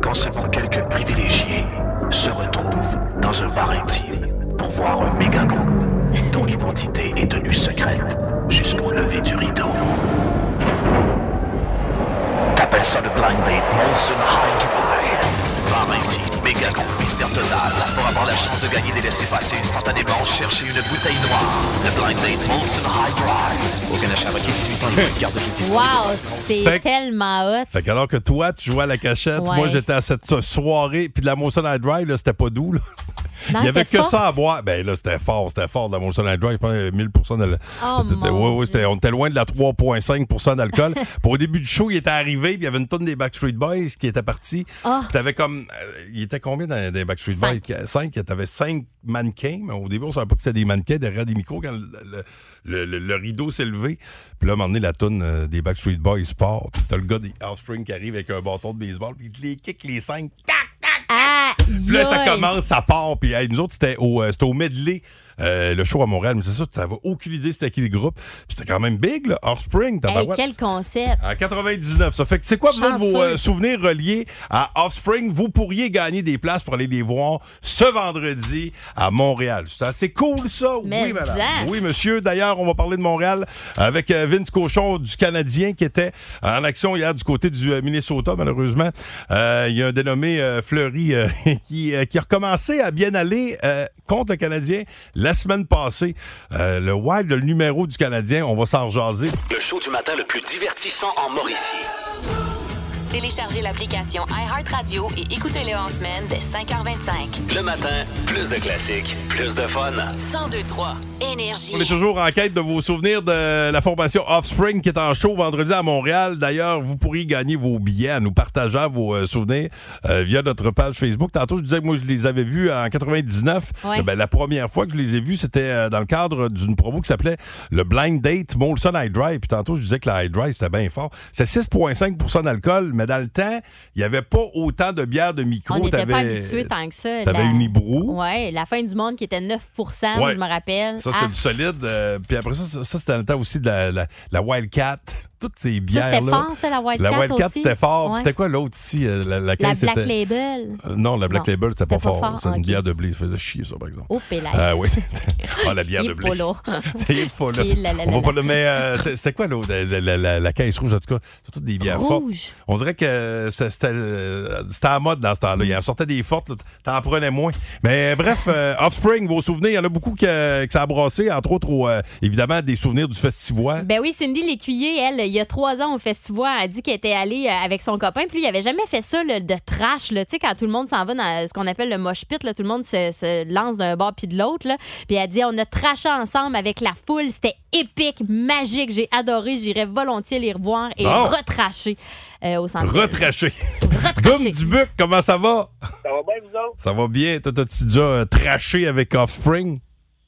[SPEAKER 15] quand seulement quelques privilégiés se retrouvent dans un bar intime pour voir un méga groupe dont l'identité est tenue secrète jusqu'au lever du rideau. T'appelles ça le blind date Molson High Dry. Bar intime, méga groupe mystère total. Pour avoir la chance de gagner des laissés-passer instantanément, cherchez une bouteille noire. Le blind date Molson High Dry. Aucun achat requis 18 ans et moins de garde de justice.
[SPEAKER 4] Wow, c'est
[SPEAKER 3] Fait que-
[SPEAKER 4] tellement hot.
[SPEAKER 3] Fait qu'alors que toi, tu jouais à la cachette,
[SPEAKER 4] Ouais.
[SPEAKER 3] moi, j'étais à cette so- soirée, puis de la Molson à Drive, là, c'était pas doux, là.
[SPEAKER 4] Non,
[SPEAKER 3] Il y avait
[SPEAKER 4] t'es
[SPEAKER 3] que
[SPEAKER 4] forte.
[SPEAKER 3] ça à boire. Ben là, c'était fort, c'était fort, de la Molson à Drive, je pense, euh, 1000 de la-
[SPEAKER 4] Oh,
[SPEAKER 3] de- de-
[SPEAKER 4] mon
[SPEAKER 3] ouais, ouais, c'était- on était loin de la 3,5 d'alcool. Pour au début du show, il était arrivé, puis il y avait une tonne des Backstreet Boys qui était partie.
[SPEAKER 4] Ah.
[SPEAKER 3] Puis t'avais comme. euh, il était combien dans, dans les Backstreet Boys? Cinq. T'avais cinq mannequins, mais au début, on savait pas que c'était des mannequins derrière des micros quand le, le- le- le- le rideau s'est levé. Puis là, à un moment donné, la toune euh, des Backstreet Boys part. Puis t'as le gars des Offspring qui arrive avec un bâton de baseball, puis il te les kick les cinq. Tac, tac,
[SPEAKER 4] tac.
[SPEAKER 3] Puis là, ça
[SPEAKER 4] Yoï.
[SPEAKER 3] commence, ça part. Puis hey, nous autres, c'était au, euh, c'était au medley. euh, le show à Montréal, mais c'est ça, tu n'avais aucune idée c'était qui le groupe. Puis C'était quand même big, là, Offspring,
[SPEAKER 4] Hey,
[SPEAKER 3] tabarouette.
[SPEAKER 4] quel concept.
[SPEAKER 3] En 99, ça fait que c'est quoi vous autres, vos
[SPEAKER 4] Chanceux.
[SPEAKER 3] euh, souvenirs reliés à Offspring? Vous pourriez gagner des places pour aller les voir ce vendredi à Montréal. C'est assez cool ça, oui
[SPEAKER 14] Mais
[SPEAKER 3] madame.
[SPEAKER 14] ça.
[SPEAKER 3] Oui monsieur, d'ailleurs on va parler de Montréal avec euh, Vince Cochon du Canadien qui était en action hier du côté du euh, Minnesota malheureusement. Euh, Il y a un dénommé euh, Fleury euh, qui, euh, qui a recommencé à bien aller euh, contre le Canadien la semaine passée. Euh, le wild, le numéro du Canadien, on va s'en rejaser.
[SPEAKER 2] Le show du matin le plus divertissant en Mauricie.
[SPEAKER 7] Téléchargez l'application iHeartRadio et écoutez-le en semaine dès 5h25.
[SPEAKER 2] Le matin, plus de classiques, plus de fun.
[SPEAKER 7] 1023 Énergie.
[SPEAKER 3] On est toujours en quête de vos souvenirs de la formation Offspring qui est en show vendredi à Montréal. D'ailleurs, vous pourriez gagner vos billets en nous partageant vos euh, souvenirs euh, via notre page Facebook. Tantôt, je disais que moi, je les avais vus en 99.
[SPEAKER 4] Ouais.
[SPEAKER 3] Eh ben, la première fois que je les ai vus, c'était euh, dans le cadre d'une promo qui s'appelait le Blind Date Molson High Dry. Puis tantôt, je disais que la High Dry, c'était bien fort. C'est 6,5 d'alcool, mais dans le temps, il n'y avait pas autant de bières de micro.
[SPEAKER 4] On n'était pas
[SPEAKER 3] T'avais-
[SPEAKER 4] habitués tant que ça.
[SPEAKER 3] T'avais une Hibru.
[SPEAKER 4] Oui, la fin du monde qui était 9
[SPEAKER 3] Ouais.
[SPEAKER 4] je me rappelle.
[SPEAKER 3] Ça, c'est
[SPEAKER 4] Ah,
[SPEAKER 3] du solide. euh, puis après ça, ça, ça, c'était dans le temps aussi de la, la, la Wildcat. Toutes ces bières.
[SPEAKER 4] c'était
[SPEAKER 3] là.
[SPEAKER 4] fort, ça, la Wildcat
[SPEAKER 3] La Wildcat,
[SPEAKER 4] aussi.
[SPEAKER 3] c'était fort. Puis
[SPEAKER 4] Ouais.
[SPEAKER 3] C'était quoi l'autre ici? euh, La, laquelle
[SPEAKER 4] la
[SPEAKER 3] c'était?
[SPEAKER 4] Black Label.
[SPEAKER 3] Euh, Non, la Black
[SPEAKER 4] Non,
[SPEAKER 3] Label, c'était pas,
[SPEAKER 4] c'était pas
[SPEAKER 3] fort.
[SPEAKER 4] fort,
[SPEAKER 3] C'est une
[SPEAKER 4] ok.
[SPEAKER 3] bière de blé. Ça faisait chier, ça, par exemple.
[SPEAKER 4] Oh, Pélagie.
[SPEAKER 3] Ah oui. Ah, la bière
[SPEAKER 4] Il
[SPEAKER 3] de
[SPEAKER 4] est
[SPEAKER 3] blé.
[SPEAKER 4] pas là.
[SPEAKER 3] C'est pas là.
[SPEAKER 4] Et la, la,
[SPEAKER 3] On
[SPEAKER 4] la,
[SPEAKER 3] va pas
[SPEAKER 4] la.
[SPEAKER 3] le- mais, euh, c'est- c'est quoi l'autre? La, la- la- la caisse rouge, en tout cas. C'est toutes des bières fortes.
[SPEAKER 4] Rouge.
[SPEAKER 3] On dirait que ça- c'était euh, c'était à la mode dans ce temps-là. Il en sortait des fortes, là, t'en prenais moins. Mais bref, euh, Offspring, vos souvenirs, il y en a beaucoup que, que ça a brassé, entre autres, au, euh, évidemment, des souvenirs du festival.
[SPEAKER 4] Ben oui, Cindy Lécuyer, elle, il y a trois ans au festival, a dit qu'elle était allée euh, avec son copain. Puis lui, il avait jamais fait ça là, de trash, là. tu sais, quand tout le monde s'en va dans ce qu'on appelle le mosh pit, là, tout le monde se, se lance d'un bord puis de l'autre. là. Puis elle dit, on a trashé ensemble avec la foule, c'était épique, magique, j'ai adoré, j'irais volontiers les revoir et
[SPEAKER 3] Bon.
[SPEAKER 4] retracher euh, au centre.
[SPEAKER 3] Retraché. Goum Dubuc, comment ça va?
[SPEAKER 10] Ça va bien, vous autres?
[SPEAKER 3] Ça va bien? Toi, T'as-tu déjà euh, traché avec Offspring?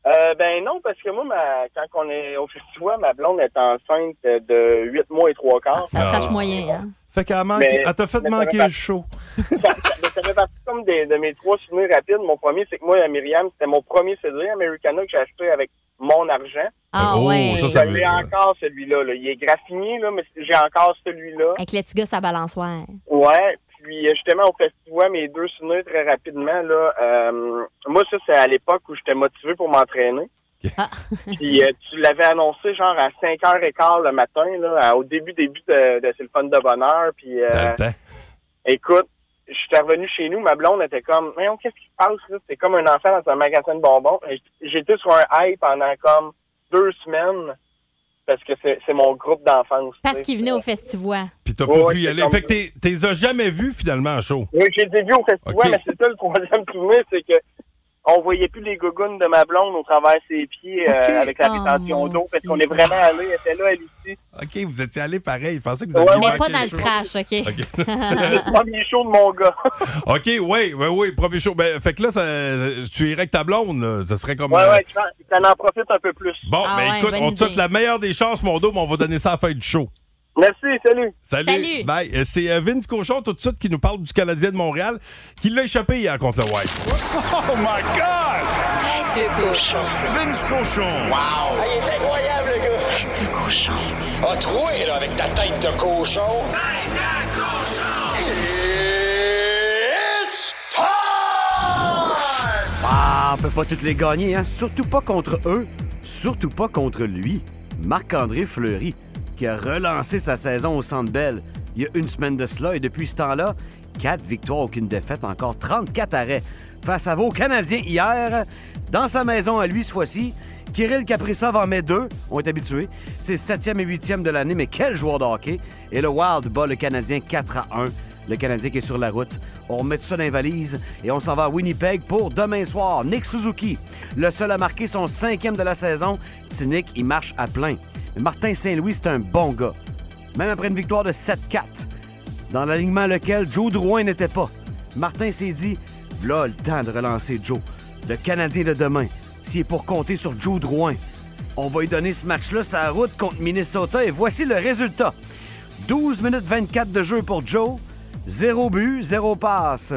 [SPEAKER 10] Euh, ben non, parce que moi, ma, quand on est au festival, ma blonde est enceinte de 8 mois et 3 quarts.
[SPEAKER 3] ça trache Ah.
[SPEAKER 4] moyen, hein?
[SPEAKER 3] Fait qu'elle a manqué-
[SPEAKER 10] Mais-
[SPEAKER 3] elle t'a fait
[SPEAKER 10] mais ça
[SPEAKER 3] manquer
[SPEAKER 10] va pas-
[SPEAKER 3] le show.
[SPEAKER 10] Mais ça fait partie comme des- de mes trois souvenirs rapides. Mon premier, c'est que moi, à Myriam, c'était mon premier CD Americana que j'ai acheté avec mon argent.
[SPEAKER 4] Ah
[SPEAKER 3] Oh, ouais. ça, ça
[SPEAKER 10] J'ai
[SPEAKER 3] veut-
[SPEAKER 10] encore celui-là. là. Il est graffiné, là, mais j'ai encore celui-là.
[SPEAKER 4] Avec le petit gars, sa balançoire.
[SPEAKER 10] Ouais, puis euh, justement au festival, mes deux souvenirs très rapidement, là, euh, moi ça c'est à l'époque où j'étais motivé pour m'entraîner.
[SPEAKER 4] Ah.
[SPEAKER 10] puis euh, tu l'avais annoncé genre à 5h15 le matin, là, à- au début, début de, de C'est le fun de bonheur, puis euh, écoute, j'étais revenu chez nous, ma blonde était comme, mais qu'est-ce qui se passe là? C'est comme un enfant dans un magasin de bonbons. Et J'étais sur un hype pendant comme deux semaines, parce que c'est c'est mon groupe d'enfance. tu
[SPEAKER 4] Parce
[SPEAKER 10] sais.
[SPEAKER 4] qu'il venait au festival.
[SPEAKER 3] Puis t'as
[SPEAKER 10] Ouais,
[SPEAKER 3] pas
[SPEAKER 10] ouais,
[SPEAKER 3] pu y
[SPEAKER 10] c'est
[SPEAKER 3] aller.
[SPEAKER 10] comme
[SPEAKER 3] Fait que t'es- t'es les as jamais vus, finalement, en show.
[SPEAKER 10] Oui, j'ai été vu au festival,
[SPEAKER 3] Ok.
[SPEAKER 10] mais c'est ça le troisième primaire, c'est que on voyait plus les gougounes de ma blonde au travers de ses pieds euh,
[SPEAKER 3] Ok.
[SPEAKER 10] avec la
[SPEAKER 3] Oh,
[SPEAKER 10] rétention
[SPEAKER 3] mon
[SPEAKER 10] d'eau, parce
[SPEAKER 3] Dieu,
[SPEAKER 10] qu'on est
[SPEAKER 3] ça.
[SPEAKER 10] vraiment allé, elle était là, elle ici.
[SPEAKER 3] OK, vous étiez allé pareil. Je pensais que vous
[SPEAKER 10] Ouais,
[SPEAKER 3] aviez
[SPEAKER 10] ouais.
[SPEAKER 3] manqué
[SPEAKER 4] Mais pas dans le
[SPEAKER 3] show.
[SPEAKER 4] trash, OK?
[SPEAKER 10] le premier show de mon gars.
[SPEAKER 3] OK, oui, oui, oui, premier show. Ben, fait que là, ça- tu irais avec ta blonde, là. Ça serait comme.
[SPEAKER 10] Ouais,
[SPEAKER 3] euh,
[SPEAKER 10] ouais, tu en- tu en, en profites un peu plus.
[SPEAKER 3] Bon,
[SPEAKER 4] Ah
[SPEAKER 3] ben écoute, on te souhaite la meilleure des chances, mon dos, mais on va donner ça à la fin du show.
[SPEAKER 10] Merci, salut.
[SPEAKER 3] Salut.
[SPEAKER 10] Salut.
[SPEAKER 3] Bye. Euh, C'est euh, Vince Cochon, tout de suite, qui nous parle du Canadien de Montréal, qui l'a échappé hier contre le White.
[SPEAKER 14] Oh my God! Tête de cochon.
[SPEAKER 15] Vince Cochon.
[SPEAKER 14] Wow! il est incroyable, le gars! Tête de cochon. A troué, là, avec ta tête de cochon. Tête de cochon! It's time!
[SPEAKER 18] Ah, on peut pas toutes les gagner, hein? Surtout pas contre eux, surtout pas contre lui. Marc-André Fleury, qui a relancé sa saison au Centre Bell il y a une semaine de cela, et depuis ce temps-là, quatre victoires, aucune défaite, encore 34 arrêts face à vos Canadiens hier, dans sa maison à lui, ce fois-ci. Kirill Kaprizov en met deux, on est habitué. C'est septième et huitième de l'année, mais quel joueur de hockey! Et le Wild bat le Canadien 4 à 1. Le Canadien qui est sur la route. On remet tout ça dans les valises et on s'en va à Winnipeg pour demain soir. Nick Suzuki, le seul à marquer son cinquième de la saison. Petit Nick, il marche à plein. Mais Martin Saint-Louis, c'est un bon gars. Même après une victoire de 7-4, dans l'alignement lequel Joe Drouin n'était pas, Martin s'est dit V'là le temps de relancer Joe. Le Canadien de demain, s'il est pour compter sur Joe Drouin, on va lui donner ce match-là sa route contre Minnesota et voici le résultat. 12 minutes 24 de jeu pour Joe. Zéro but, zéro passe.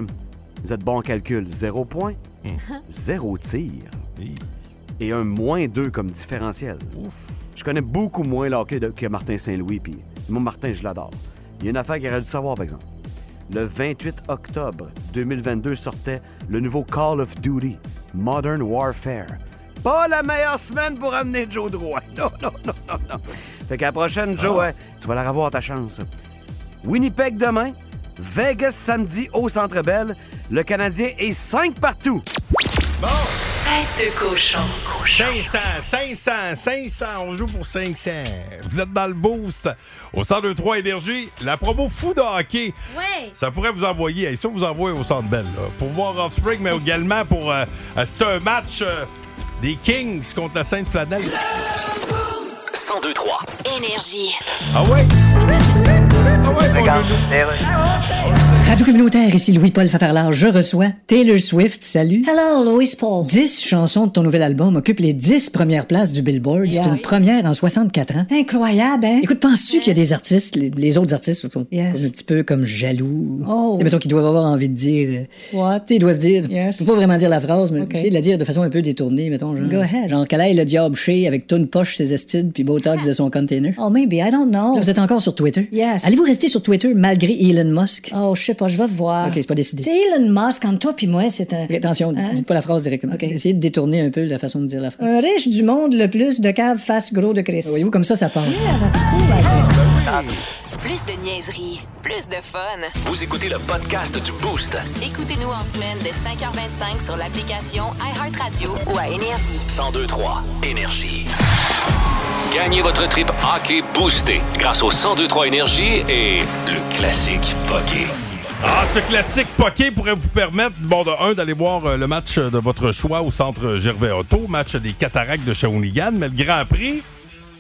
[SPEAKER 18] Vous êtes bon en calcul. Zéro point, zéro tir. Et un moins 2 comme différentiel. Je connais beaucoup moins le hockey de- que Martin Saint-Louis. Puis moi, Martin, je l'adore. Il y a une affaire qu'il aurait dû savoir, par exemple. Le 28 octobre 2022 sortait le nouveau Call of Duty Modern Warfare. Pas la meilleure semaine pour amener Joe Drouin. Non, non, non, non, non. Fait qu'à la prochaine, Joe, hein, tu vas la revoir ta chance. Winnipeg demain, Vegas samedi au Centre Bell. Le Canadien est 5 partout.
[SPEAKER 1] Tête de cochon.
[SPEAKER 3] 500, 500, 500, on joue pour 500. Vous êtes dans le boost au 1023 Énergie, la promo fou de hockey.
[SPEAKER 4] Ouais.
[SPEAKER 3] Ça pourrait vous envoyer, et ça vous envoie au Centre Bell, là, pour voir Offspring, mais également pour. euh, euh, c'est un match euh, des Kings contre la Sainte-Flanelle.
[SPEAKER 15] 1023.
[SPEAKER 7] Énergie.
[SPEAKER 3] Ah ouais? Ah ouais, mon
[SPEAKER 14] Ah,
[SPEAKER 12] Radio communautaire, ici Louis-Paul Fafarlard. Je reçois Taylor Swift. Salut. Hello, Louis-Paul. 10 chansons de ton nouvel album occupent les 10 premières places du Billboard.
[SPEAKER 6] Yeah.
[SPEAKER 12] C'est une première en 64 ans.
[SPEAKER 6] Incroyable, hein?
[SPEAKER 12] Écoute, penses-tu qu'il y a des artistes, les, les autres artistes sont comme un petit peu comme jaloux?
[SPEAKER 6] Oh.
[SPEAKER 12] Et Mettons qu'ils doivent avoir envie de dire. euh, Tu sais, ils doivent dire. Ils peuvent pas vraiment dire la phrase, mais essayer de la dire de façon un peu détournée, mettons. Genre,
[SPEAKER 6] Go ahead.
[SPEAKER 12] Genre, Calais le diable chez avec toute une poche, ses estides, puis Botox de son container.
[SPEAKER 6] Oh, maybe, I don't know.
[SPEAKER 12] Là, vous êtes encore sur Twitter?
[SPEAKER 6] Yes.
[SPEAKER 12] Allez-vous rester sur Twitter malgré Elon Musk?
[SPEAKER 6] Oh, je sais pas, je vais voir.
[SPEAKER 12] Ok, c'est pas décidé.
[SPEAKER 6] Tu sais, Elon Musk, entre toi puis moi, c'est un...
[SPEAKER 12] Ok, Attention,
[SPEAKER 6] Hein?
[SPEAKER 12] dites pas la phrase directement. Essayez de détourner un peu la façon de dire la phrase.
[SPEAKER 6] Un riche du monde le plus de cave face gros de Chris.
[SPEAKER 12] Voyez-vous, comme ça, ça parle.
[SPEAKER 7] Plus de niaiserie, plus de fun.
[SPEAKER 15] Vous écoutez le podcast du Boost.
[SPEAKER 7] Écoutez-nous en semaine de 5h25 sur l'application iHeartRadio ou à Énergie.
[SPEAKER 15] 1023 Énergie. Gagnez votre trip hockey boosté grâce au 1023 Énergie et le classique hockey.
[SPEAKER 3] Ah, ce classique poké pourrait vous permettre, bon, de un, d'aller voir euh, le match de votre choix au centre Gervais Auto, match des cataractes de Shawinigan, mais le Grand Prix,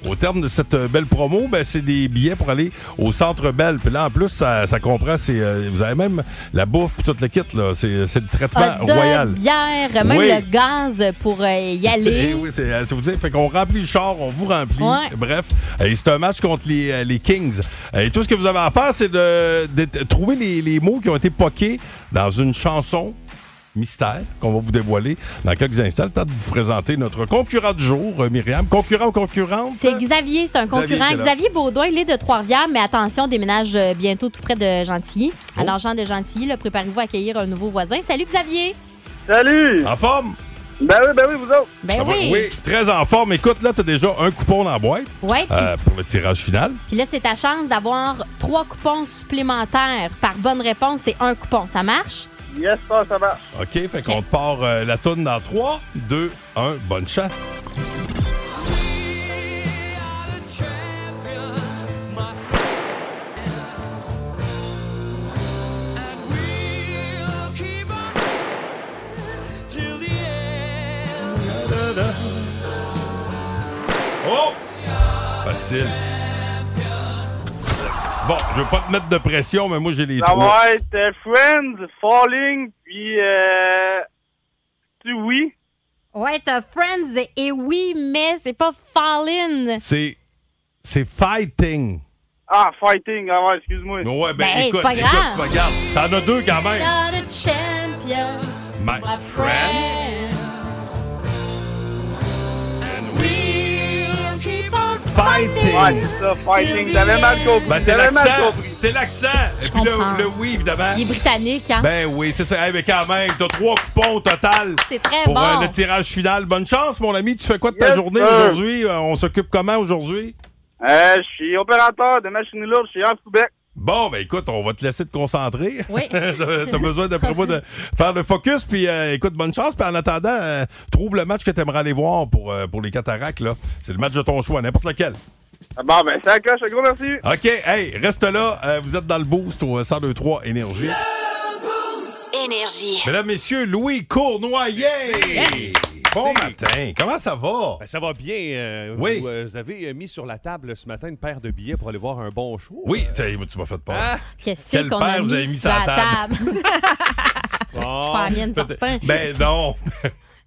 [SPEAKER 3] au terme de cette euh, belle promo, ben, c'est des billets pour aller au centre Bell. Puis là, en plus, ça, ça comprend, c'est, euh, vous avez même la bouffe puis tout le kit, là. C'est, c'est le traitement
[SPEAKER 4] Hot dog,
[SPEAKER 3] Ben, royal.
[SPEAKER 4] bière, même
[SPEAKER 3] Oui.
[SPEAKER 4] le gaz pour euh, y
[SPEAKER 3] Eh
[SPEAKER 4] aller.
[SPEAKER 3] oui, c'est euh, c'est vous dire. Fait qu'on remplit le char, on vous remplit.
[SPEAKER 4] Ouais.
[SPEAKER 3] Bref, et c'est un match contre les, euh, les Kings. Et tout ce que vous avez à faire, c'est de, de t- trouver les, les mots qui ont été poqués dans une chanson mystère qu'on va vous dévoiler dans quelques instants. Le temps de vous présenter notre concurrent du jour, euh, Myriam. Concurrent ou concurrente?
[SPEAKER 4] C'est Xavier, c'est un
[SPEAKER 3] Xavier
[SPEAKER 4] concurrent.
[SPEAKER 3] qui est là.
[SPEAKER 4] Xavier Baudouin, il est de Trois-Rivières, mais attention, déménage euh, bientôt tout près de Gentilly.
[SPEAKER 3] Oh.
[SPEAKER 4] Alors, Jean de Gentilly, là, préparez-vous à accueillir un nouveau voisin. Salut, Xavier!
[SPEAKER 3] Salut! En forme? Ah,
[SPEAKER 8] Ben oui, ben oui, vous autres.
[SPEAKER 4] Ben oui.
[SPEAKER 3] très en forme. Écoute, là, t'as déjà un coupon dans la boîte
[SPEAKER 4] Ouais, puis-
[SPEAKER 3] euh, pour le tirage final.
[SPEAKER 4] Puis là, c'est ta chance d'avoir trois coupons supplémentaires. Par bonne réponse, c'est un coupon. Ça marche?
[SPEAKER 8] Yes, ça, ça marche.
[SPEAKER 3] OK, fait qu'on te part euh, la toune dans 3, 2, 1, bonne chance. Oh! Facile. Bon, je veux pas te mettre de pression, mais moi j'ai les
[SPEAKER 10] Ça
[SPEAKER 3] trois.
[SPEAKER 10] va être euh, Friends, Falling, puis euh, tu oui.
[SPEAKER 4] Ouais, t'as Friends et oui, mais c'est pas Fallin.
[SPEAKER 3] C'est. C'est fighting.
[SPEAKER 10] Ah, Fighting, ah ouais, excuse-moi.
[SPEAKER 3] Ouais, ben,
[SPEAKER 4] Ben, hey,
[SPEAKER 3] écoute,
[SPEAKER 4] c'est pas
[SPEAKER 3] écoute,
[SPEAKER 4] grave.
[SPEAKER 3] regarde. T'en as deux quand même.
[SPEAKER 4] champion,
[SPEAKER 3] Ah ben. My friend. Fighting.
[SPEAKER 10] Ouais, c'est ça, Fighting. J'avais mal compris.
[SPEAKER 3] Ben, c'est
[SPEAKER 10] J'avais mal
[SPEAKER 3] l'accent.
[SPEAKER 10] compris.
[SPEAKER 3] C'est l'accent. Et puis
[SPEAKER 4] comprends.
[SPEAKER 3] le, le oui, évidemment.
[SPEAKER 4] Il est britannique, hein?
[SPEAKER 3] Ben oui, c'est ça. Eh ben, quand même, t'as trois coupons au total.
[SPEAKER 4] C'est très
[SPEAKER 3] Pour
[SPEAKER 4] bon.
[SPEAKER 3] euh, le tirage final. Bonne chance, mon ami. Tu fais quoi de ta
[SPEAKER 10] Yes,
[SPEAKER 3] journée
[SPEAKER 10] sir.
[SPEAKER 3] aujourd'hui? Euh, on s'occupe comment aujourd'hui?
[SPEAKER 10] Euh, je suis opérateur de machines lourdes chez Anne Québec.
[SPEAKER 3] Bon, ben écoute, on va te laisser te concentrer.
[SPEAKER 4] Oui.
[SPEAKER 3] T'as t'as besoin, d'après moi, de faire le focus. Puis euh, écoute, bonne chance. Puis en attendant, euh, trouve le match que t'aimerais aller voir pour, euh, pour les cataractes. là. C'est le match de ton choix, n'importe lequel.
[SPEAKER 10] Ah, Bon, ben, ça coche, un gros merci.
[SPEAKER 3] OK, hey, reste là. Euh, vous êtes dans le boost au 1023 Énergie.
[SPEAKER 7] Énergie.
[SPEAKER 3] Mesdames, messieurs, Louis Cournoyer! Bon matin! Comment ça va?
[SPEAKER 19] Ben, ça va bien. euh,
[SPEAKER 3] Oui.
[SPEAKER 19] Vous, euh, vous avez euh, mis sur la table ce matin une paire de billets pour aller voir un bon show.
[SPEAKER 3] Oui, ça y est, tu m'as fait peur.
[SPEAKER 19] Ah!
[SPEAKER 4] Qu'est-ce
[SPEAKER 3] Quelle
[SPEAKER 4] qu'on
[SPEAKER 3] paire
[SPEAKER 4] a
[SPEAKER 3] vous avez
[SPEAKER 4] mis
[SPEAKER 3] mis
[SPEAKER 4] sur
[SPEAKER 3] sur
[SPEAKER 4] la
[SPEAKER 3] la
[SPEAKER 4] table?
[SPEAKER 3] Bon.
[SPEAKER 4] Pas la mienne, certain.
[SPEAKER 3] Ben non!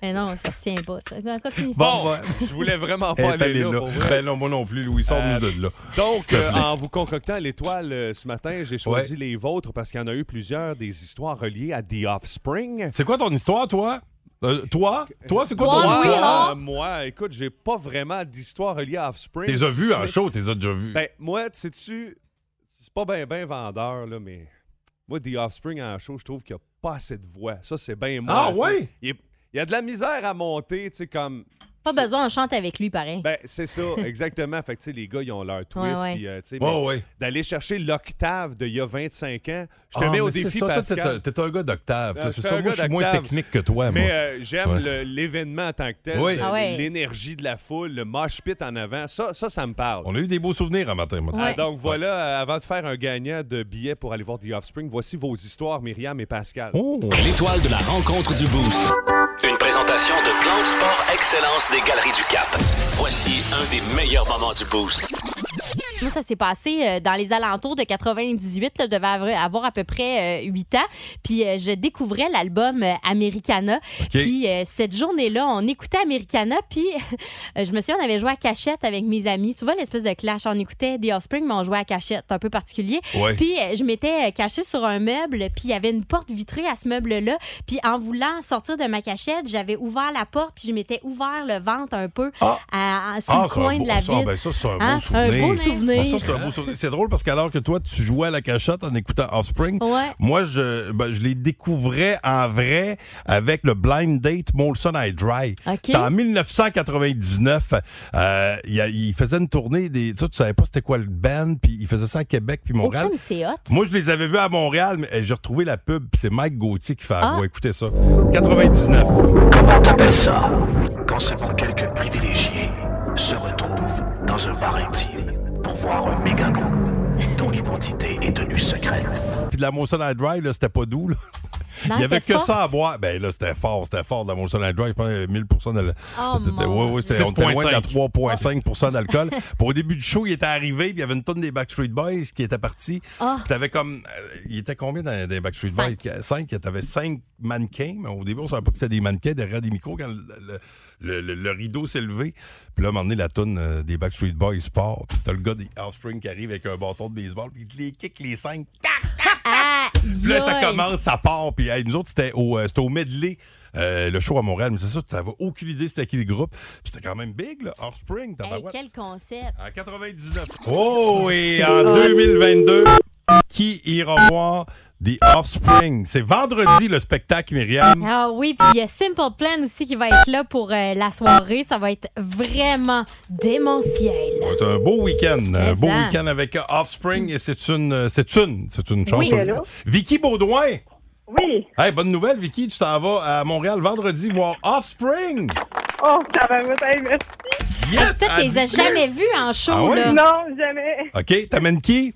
[SPEAKER 4] Mais non, ça se tient pas. Ça. Continue.
[SPEAKER 19] Bon, je voulais vraiment pas
[SPEAKER 3] Eh,
[SPEAKER 19] aller
[SPEAKER 3] t'es
[SPEAKER 19] là, pour vrai.
[SPEAKER 3] Ben non, moi non plus, Louis, sors-nous
[SPEAKER 19] Euh,
[SPEAKER 3] de là.
[SPEAKER 19] Donc,
[SPEAKER 3] S'il te
[SPEAKER 19] euh,
[SPEAKER 3] plaît.
[SPEAKER 19] en vous concoctant l'étoile euh, ce matin, j'ai choisi les vôtres parce qu'il y en a eu plusieurs des histoires reliées à The Offspring.
[SPEAKER 3] C'est quoi ton histoire, toi? Euh, toi? Toi, c'est quoi
[SPEAKER 19] Moi,
[SPEAKER 3] ton histoire?
[SPEAKER 19] euh, moi, écoute, j'ai pas vraiment d'histoire reliée à Offspring.
[SPEAKER 3] T'es as vu
[SPEAKER 19] si
[SPEAKER 3] en
[SPEAKER 19] ce n'est-
[SPEAKER 3] show, t'es as déjà vu.
[SPEAKER 19] Ben, moi, tu sais-tu, c'est pas bien ben vendeur, là, mais moi, The Offspring en show, je trouve qu'il n'y a pas assez de voix. Ça, c'est bien moi.
[SPEAKER 3] Ah,
[SPEAKER 19] tu sais.
[SPEAKER 3] ouais?
[SPEAKER 19] Il, y a- il y a de la misère à monter, tu sais, comme.
[SPEAKER 4] Pas besoin, on chante avec lui, pareil.
[SPEAKER 19] Ben, c'est ça, exactement. Fait que, tu sais, les gars, ils ont leur twist.
[SPEAKER 4] Ouais, ouais.
[SPEAKER 19] puis, euh, tu sais,
[SPEAKER 3] Ouais,
[SPEAKER 19] mais
[SPEAKER 3] ouais.
[SPEAKER 19] D'aller chercher l'octave de il y a 25 ans. Je te
[SPEAKER 3] Ah,
[SPEAKER 19] mets au
[SPEAKER 3] mais c'est
[SPEAKER 19] défi,
[SPEAKER 3] ça, toi,
[SPEAKER 19] Pascal.
[SPEAKER 3] t'es un- t'es un gars d'octave, Ah, toi,
[SPEAKER 19] Non,
[SPEAKER 3] c'est
[SPEAKER 19] suis
[SPEAKER 3] ça. Moi,
[SPEAKER 19] un gars
[SPEAKER 3] je suis moins
[SPEAKER 19] d'octave.
[SPEAKER 3] technique que toi, moi.
[SPEAKER 19] Mais euh, j'aime
[SPEAKER 3] Ouais.
[SPEAKER 19] le- l'événement en tant que tel,
[SPEAKER 3] Oui.
[SPEAKER 19] le-
[SPEAKER 3] Ah ouais.
[SPEAKER 19] l'énergie de la foule, le mosh pit en avant. Ça, ça, ça me parle.
[SPEAKER 3] On a eu des beaux souvenirs un matin, moi.
[SPEAKER 19] Ah, donc voilà, euh, avant de faire un gagnant de billets pour aller voir The Offspring, voici vos histoires, Myriam et Pascal.
[SPEAKER 3] Oh.
[SPEAKER 2] L'étoile de la rencontre du Boost. Une présentation de Plan de Sport Excellence des Galeries du Cap. Voici un des meilleurs moments du Boost.
[SPEAKER 4] Moi, ça s'est passé euh, dans les alentours de 98. là, je devais avre- avoir à peu près 8 ans. Puis euh, je découvrais l'album euh, Americana. Puis euh, cette journée-là, on écoutait Americana. Puis euh, je me souviens, on avait joué à cachette avec mes amis. Tu vois l'espèce de clash. On écoutait The Offspring, mais on jouait à cachette. C'est un peu particulier.
[SPEAKER 20] Ouais.
[SPEAKER 4] Puis euh, je m'étais euh, cachée sur un meuble. Puis il y avait une porte vitrée à ce meuble-là. Puis en voulant sortir de ma cachette, j'avais ouvert la porte. Puis je m'étais ouvert le ventre un peu à- à- sur
[SPEAKER 3] Ah,
[SPEAKER 4] le
[SPEAKER 3] c'est un
[SPEAKER 4] coin
[SPEAKER 3] beau-
[SPEAKER 4] de la
[SPEAKER 3] ça,
[SPEAKER 4] vitre.
[SPEAKER 3] ben, ça, c'est un
[SPEAKER 4] Hein?
[SPEAKER 3] beau souvenir.
[SPEAKER 4] beau souvenir.
[SPEAKER 3] Ben, ça, c'est un beau souvenir. C'est drôle parce qu'alors que toi, tu jouais à la cachette en écoutant Offspring,
[SPEAKER 4] Ouais.
[SPEAKER 3] moi, je, ben, je les découvrais en vrai avec le Blind Date Molson I Dry.
[SPEAKER 4] Ok.
[SPEAKER 3] C'était en 1999. Euh, il y a- il faisait une tournée. Des, tu sais, tu savais pas c'était quoi le band, puis il faisait ça à Québec puis
[SPEAKER 4] Oh,
[SPEAKER 3] Montréal.
[SPEAKER 4] crime, c'est hot.
[SPEAKER 3] Moi, je les avais vus à Montréal, mais euh, j'ai retrouvé la pub, puis c'est Mike Gauthier qui fait
[SPEAKER 4] Ah.
[SPEAKER 3] ouais, écoutez ça. 99.
[SPEAKER 15] Comment t'appelles ça? Quand seulement quelques privilégiés se retrouvent dans un bar intime pour voir un méga groupe dont l'identité est tenue secrète.
[SPEAKER 3] Puis de la Molson I Dry, là, c'était pas doux, là.
[SPEAKER 15] Non,
[SPEAKER 3] Il y avait
[SPEAKER 15] c'était
[SPEAKER 3] que
[SPEAKER 15] fort.
[SPEAKER 3] ça à boire. Ben là, c'était fort, c'était fort. De la Molson I Dry, je pense euh, 1000 de la-
[SPEAKER 4] Oh,
[SPEAKER 3] c'était-
[SPEAKER 4] mon
[SPEAKER 3] ouais, ouais, c'était- on était loin de la 3,5 d'alcool. Puis au début du show, il était arrivé, puis il y avait une tonne des Backstreet Boys qui était partie.
[SPEAKER 4] Ah.
[SPEAKER 3] Puis t'avais comme. euh, Il était combien dans dans les Backstreet Boys? Cinq. T'avais cinq mannequins, mais au début, on savait pas que c'était des mannequins derrière des micros quand le, le- le- le- le rideau s'est levé. Puis là, à un moment donné, la tonne des Backstreet Boys part. Puis t'as le gars des Offspring qui arrive avec un bâton de baseball, puis il te les kick les cinq. Puis là, ça
[SPEAKER 4] Yoï.
[SPEAKER 3] commence, ça part. Puis hey, nous autres, c'était au, euh, c'était au medley, euh, le show à Montréal. Mais c'est ça, tu n'avais aucune idée c'était qui le groupe. Puis c'était quand même big, là, Offspring,
[SPEAKER 4] Hey,
[SPEAKER 3] tabarouette.
[SPEAKER 4] quel concept.
[SPEAKER 3] En 99. Oh, et en 2022, qui ira voir The Offspring? C'est vendredi, le spectacle, Myriam.
[SPEAKER 4] Ah oui, puis il y a Simple Plan aussi qui va être là pour euh, la soirée. Ça va être vraiment démentiel.
[SPEAKER 3] Ça va être un beau week-end. Un
[SPEAKER 4] Mais
[SPEAKER 3] beau
[SPEAKER 4] ça.
[SPEAKER 3] week-end avec euh, Offspring. Et c'est une, euh, c'est une, c'est une chance.
[SPEAKER 4] Oui, allô?
[SPEAKER 3] Vicky Baudouin.
[SPEAKER 9] Oui.
[SPEAKER 3] Hey, bonne nouvelle, Vicky. Tu t'en vas à Montréal vendredi voir Offspring.
[SPEAKER 9] Oh, ça va me faire merci.
[SPEAKER 3] Yes!
[SPEAKER 4] Ça, tu
[SPEAKER 3] elle
[SPEAKER 4] les as
[SPEAKER 3] dit
[SPEAKER 4] jamais hein?
[SPEAKER 3] yes!
[SPEAKER 4] vus en show,
[SPEAKER 3] Ah oui?
[SPEAKER 4] là.
[SPEAKER 9] Non, jamais.
[SPEAKER 3] OK, t'amènes qui?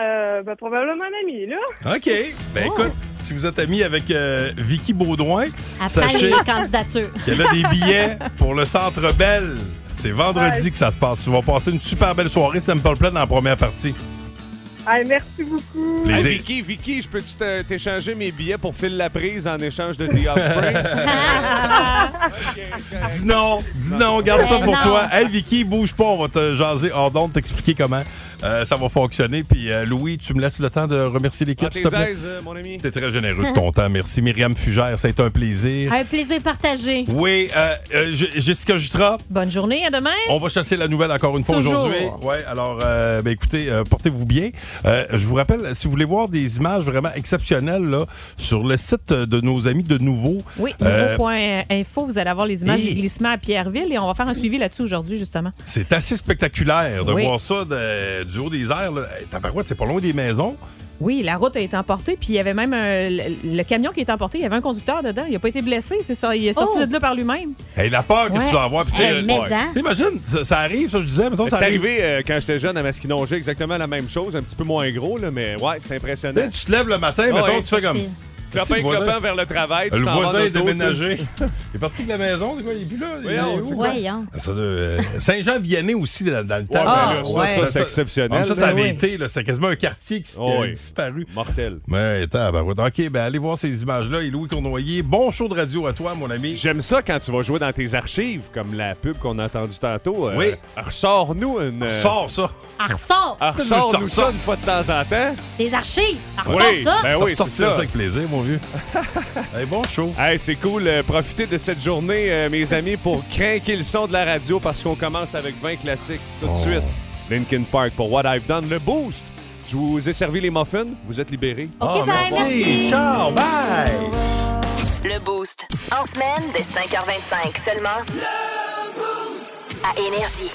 [SPEAKER 9] Euh, ben, probablement un ami, là.
[SPEAKER 3] OK. Ben
[SPEAKER 4] Oh.
[SPEAKER 3] écoute, si vous êtes amis avec euh, Vicky Baudouin,
[SPEAKER 4] Après
[SPEAKER 3] sachez
[SPEAKER 4] les candidatures.
[SPEAKER 3] qu'elle a des billets pour le Centre Belle. C'est vendredi
[SPEAKER 9] Ouais.
[SPEAKER 3] que ça se passe. Tu vas passer une super belle soirée Simple Plan dans la première partie.
[SPEAKER 9] Hey, merci beaucoup.
[SPEAKER 19] Hey,
[SPEAKER 3] Plaisir.
[SPEAKER 19] Vicky, Vicky, je peux-tu te- t'échanger mes billets pour filer la prise en échange de The Offspring?
[SPEAKER 3] Dis non, dis non, garde ça
[SPEAKER 19] Mais
[SPEAKER 3] pour
[SPEAKER 19] non.
[SPEAKER 3] toi. Hey Vicky, bouge pas, on va te jaser hors d'onde, t'expliquer comment euh, ça va fonctionner. Puis euh, Louis, tu me laisses le temps de remercier
[SPEAKER 19] Prends
[SPEAKER 3] l'équipe, s'il
[SPEAKER 19] tes
[SPEAKER 3] te plaît.
[SPEAKER 19] aises, euh, mon ami.
[SPEAKER 3] T'es très généreux de ton temps. Merci Myriam Fugère, ça a été un plaisir.
[SPEAKER 4] Un plaisir partagé.
[SPEAKER 3] Oui, euh, euh, J- Jessica Jutra,
[SPEAKER 21] Bonne journée, à demain.
[SPEAKER 3] on va chasser la nouvelle encore une fois
[SPEAKER 21] Toujours.
[SPEAKER 3] aujourd'hui. Ouais, alors euh, ben, écoutez, euh, portez-vous bien. Euh, je vous rappelle, si vous voulez voir des images vraiment exceptionnelles là, sur le site de nos amis de nouveau.
[SPEAKER 21] Oui,
[SPEAKER 3] euh,
[SPEAKER 21] nouveau.info, vous allez avoir les images
[SPEAKER 3] hey.
[SPEAKER 21] du glissement à Pierreville et on va faire un suivi là-dessus aujourd'hui, justement.
[SPEAKER 3] C'est assez spectaculaire de
[SPEAKER 21] Oui.
[SPEAKER 3] voir ça de- du haut des airs. Là. Hey, Tabarouette, c'est pas loin des maisons.
[SPEAKER 21] Oui, la route a été emportée, puis il y avait même un- le, le camion qui est emporté, il y avait un conducteur dedans, il n'a pas été blessé, c'est ça, il est sorti
[SPEAKER 4] Oh.
[SPEAKER 21] de là par lui-même.
[SPEAKER 3] Hey, la peur que
[SPEAKER 21] Ouais.
[SPEAKER 3] tu dois avoir. puis tu sais, euh,
[SPEAKER 21] Hey, mais hein.
[SPEAKER 3] T'imagines, ça, ça arrive, ça, je disais. Mettons, ça
[SPEAKER 19] C'est
[SPEAKER 3] arrive.
[SPEAKER 19] arrivé euh, quand j'étais jeune à Masquinongé, exactement la même chose, un petit peu moins gros, là, mais ouais, c'est impressionnant.
[SPEAKER 3] Tu te lèves le matin,
[SPEAKER 19] Ah
[SPEAKER 3] mettons,
[SPEAKER 19] ouais.
[SPEAKER 3] tu fais comme. Merci,
[SPEAKER 19] Clopin,
[SPEAKER 3] le voisin.
[SPEAKER 19] clopin vers le travail. tu
[SPEAKER 3] Le
[SPEAKER 19] t'en vas en
[SPEAKER 3] voisin est
[SPEAKER 19] auto, tu-
[SPEAKER 3] déménagé. Il est parti de la maison, c'est quoi? Il est plus là. Il est
[SPEAKER 19] oh,
[SPEAKER 3] où?
[SPEAKER 4] Voyons.
[SPEAKER 3] Ça, euh, Saint-Jean-Vianney aussi, dans, dans le temps.
[SPEAKER 19] Ouais,
[SPEAKER 3] Ah,
[SPEAKER 19] ben là, ça, ça, c'est exceptionnel,
[SPEAKER 3] Ça, ça
[SPEAKER 19] là.
[SPEAKER 3] avait
[SPEAKER 19] Oui.
[SPEAKER 3] été, là, c'était quasiment un quartier qui, s- qui a
[SPEAKER 19] Oh, oui.
[SPEAKER 3] disparu.
[SPEAKER 19] Mortel.
[SPEAKER 3] Mais tabarouette. OK, ben allez voir ces images-là. Et Louis Cournoyer, bon show de radio euh, à toi, mon ami.
[SPEAKER 19] J'aime ça quand tu vas jouer dans tes archives, comme la pub qu'on a entendue tantôt. euh,
[SPEAKER 3] Oui.
[SPEAKER 19] Ressors-nous une. euh,
[SPEAKER 3] Ressors ça.
[SPEAKER 4] Elle ressort.
[SPEAKER 19] Ah, Ressors-nous ça une fois de temps en temps.
[SPEAKER 4] Les archives. Elle
[SPEAKER 19] Oui,
[SPEAKER 4] ressort Ah, ça.
[SPEAKER 19] ben oui,
[SPEAKER 3] Sortir
[SPEAKER 19] c'est ça.
[SPEAKER 3] ça avec plaisir, mon vieux. hey, bon show.
[SPEAKER 19] Hey, c'est cool. Euh, profitez de cette journée, euh, mes amis, pour craquer le son de la radio parce qu'on commence avec 20 classiques tout de
[SPEAKER 3] Oh.
[SPEAKER 19] suite. Linkin Park pour What I've Done, le boost. Je vous ai servi les muffins. Vous êtes libérés.
[SPEAKER 3] Ok, Ah, bye, merci. merci. Ciao, bye.
[SPEAKER 7] Le Boost.
[SPEAKER 1] En semaine, dès 5h25 seulement.
[SPEAKER 7] à Énergie.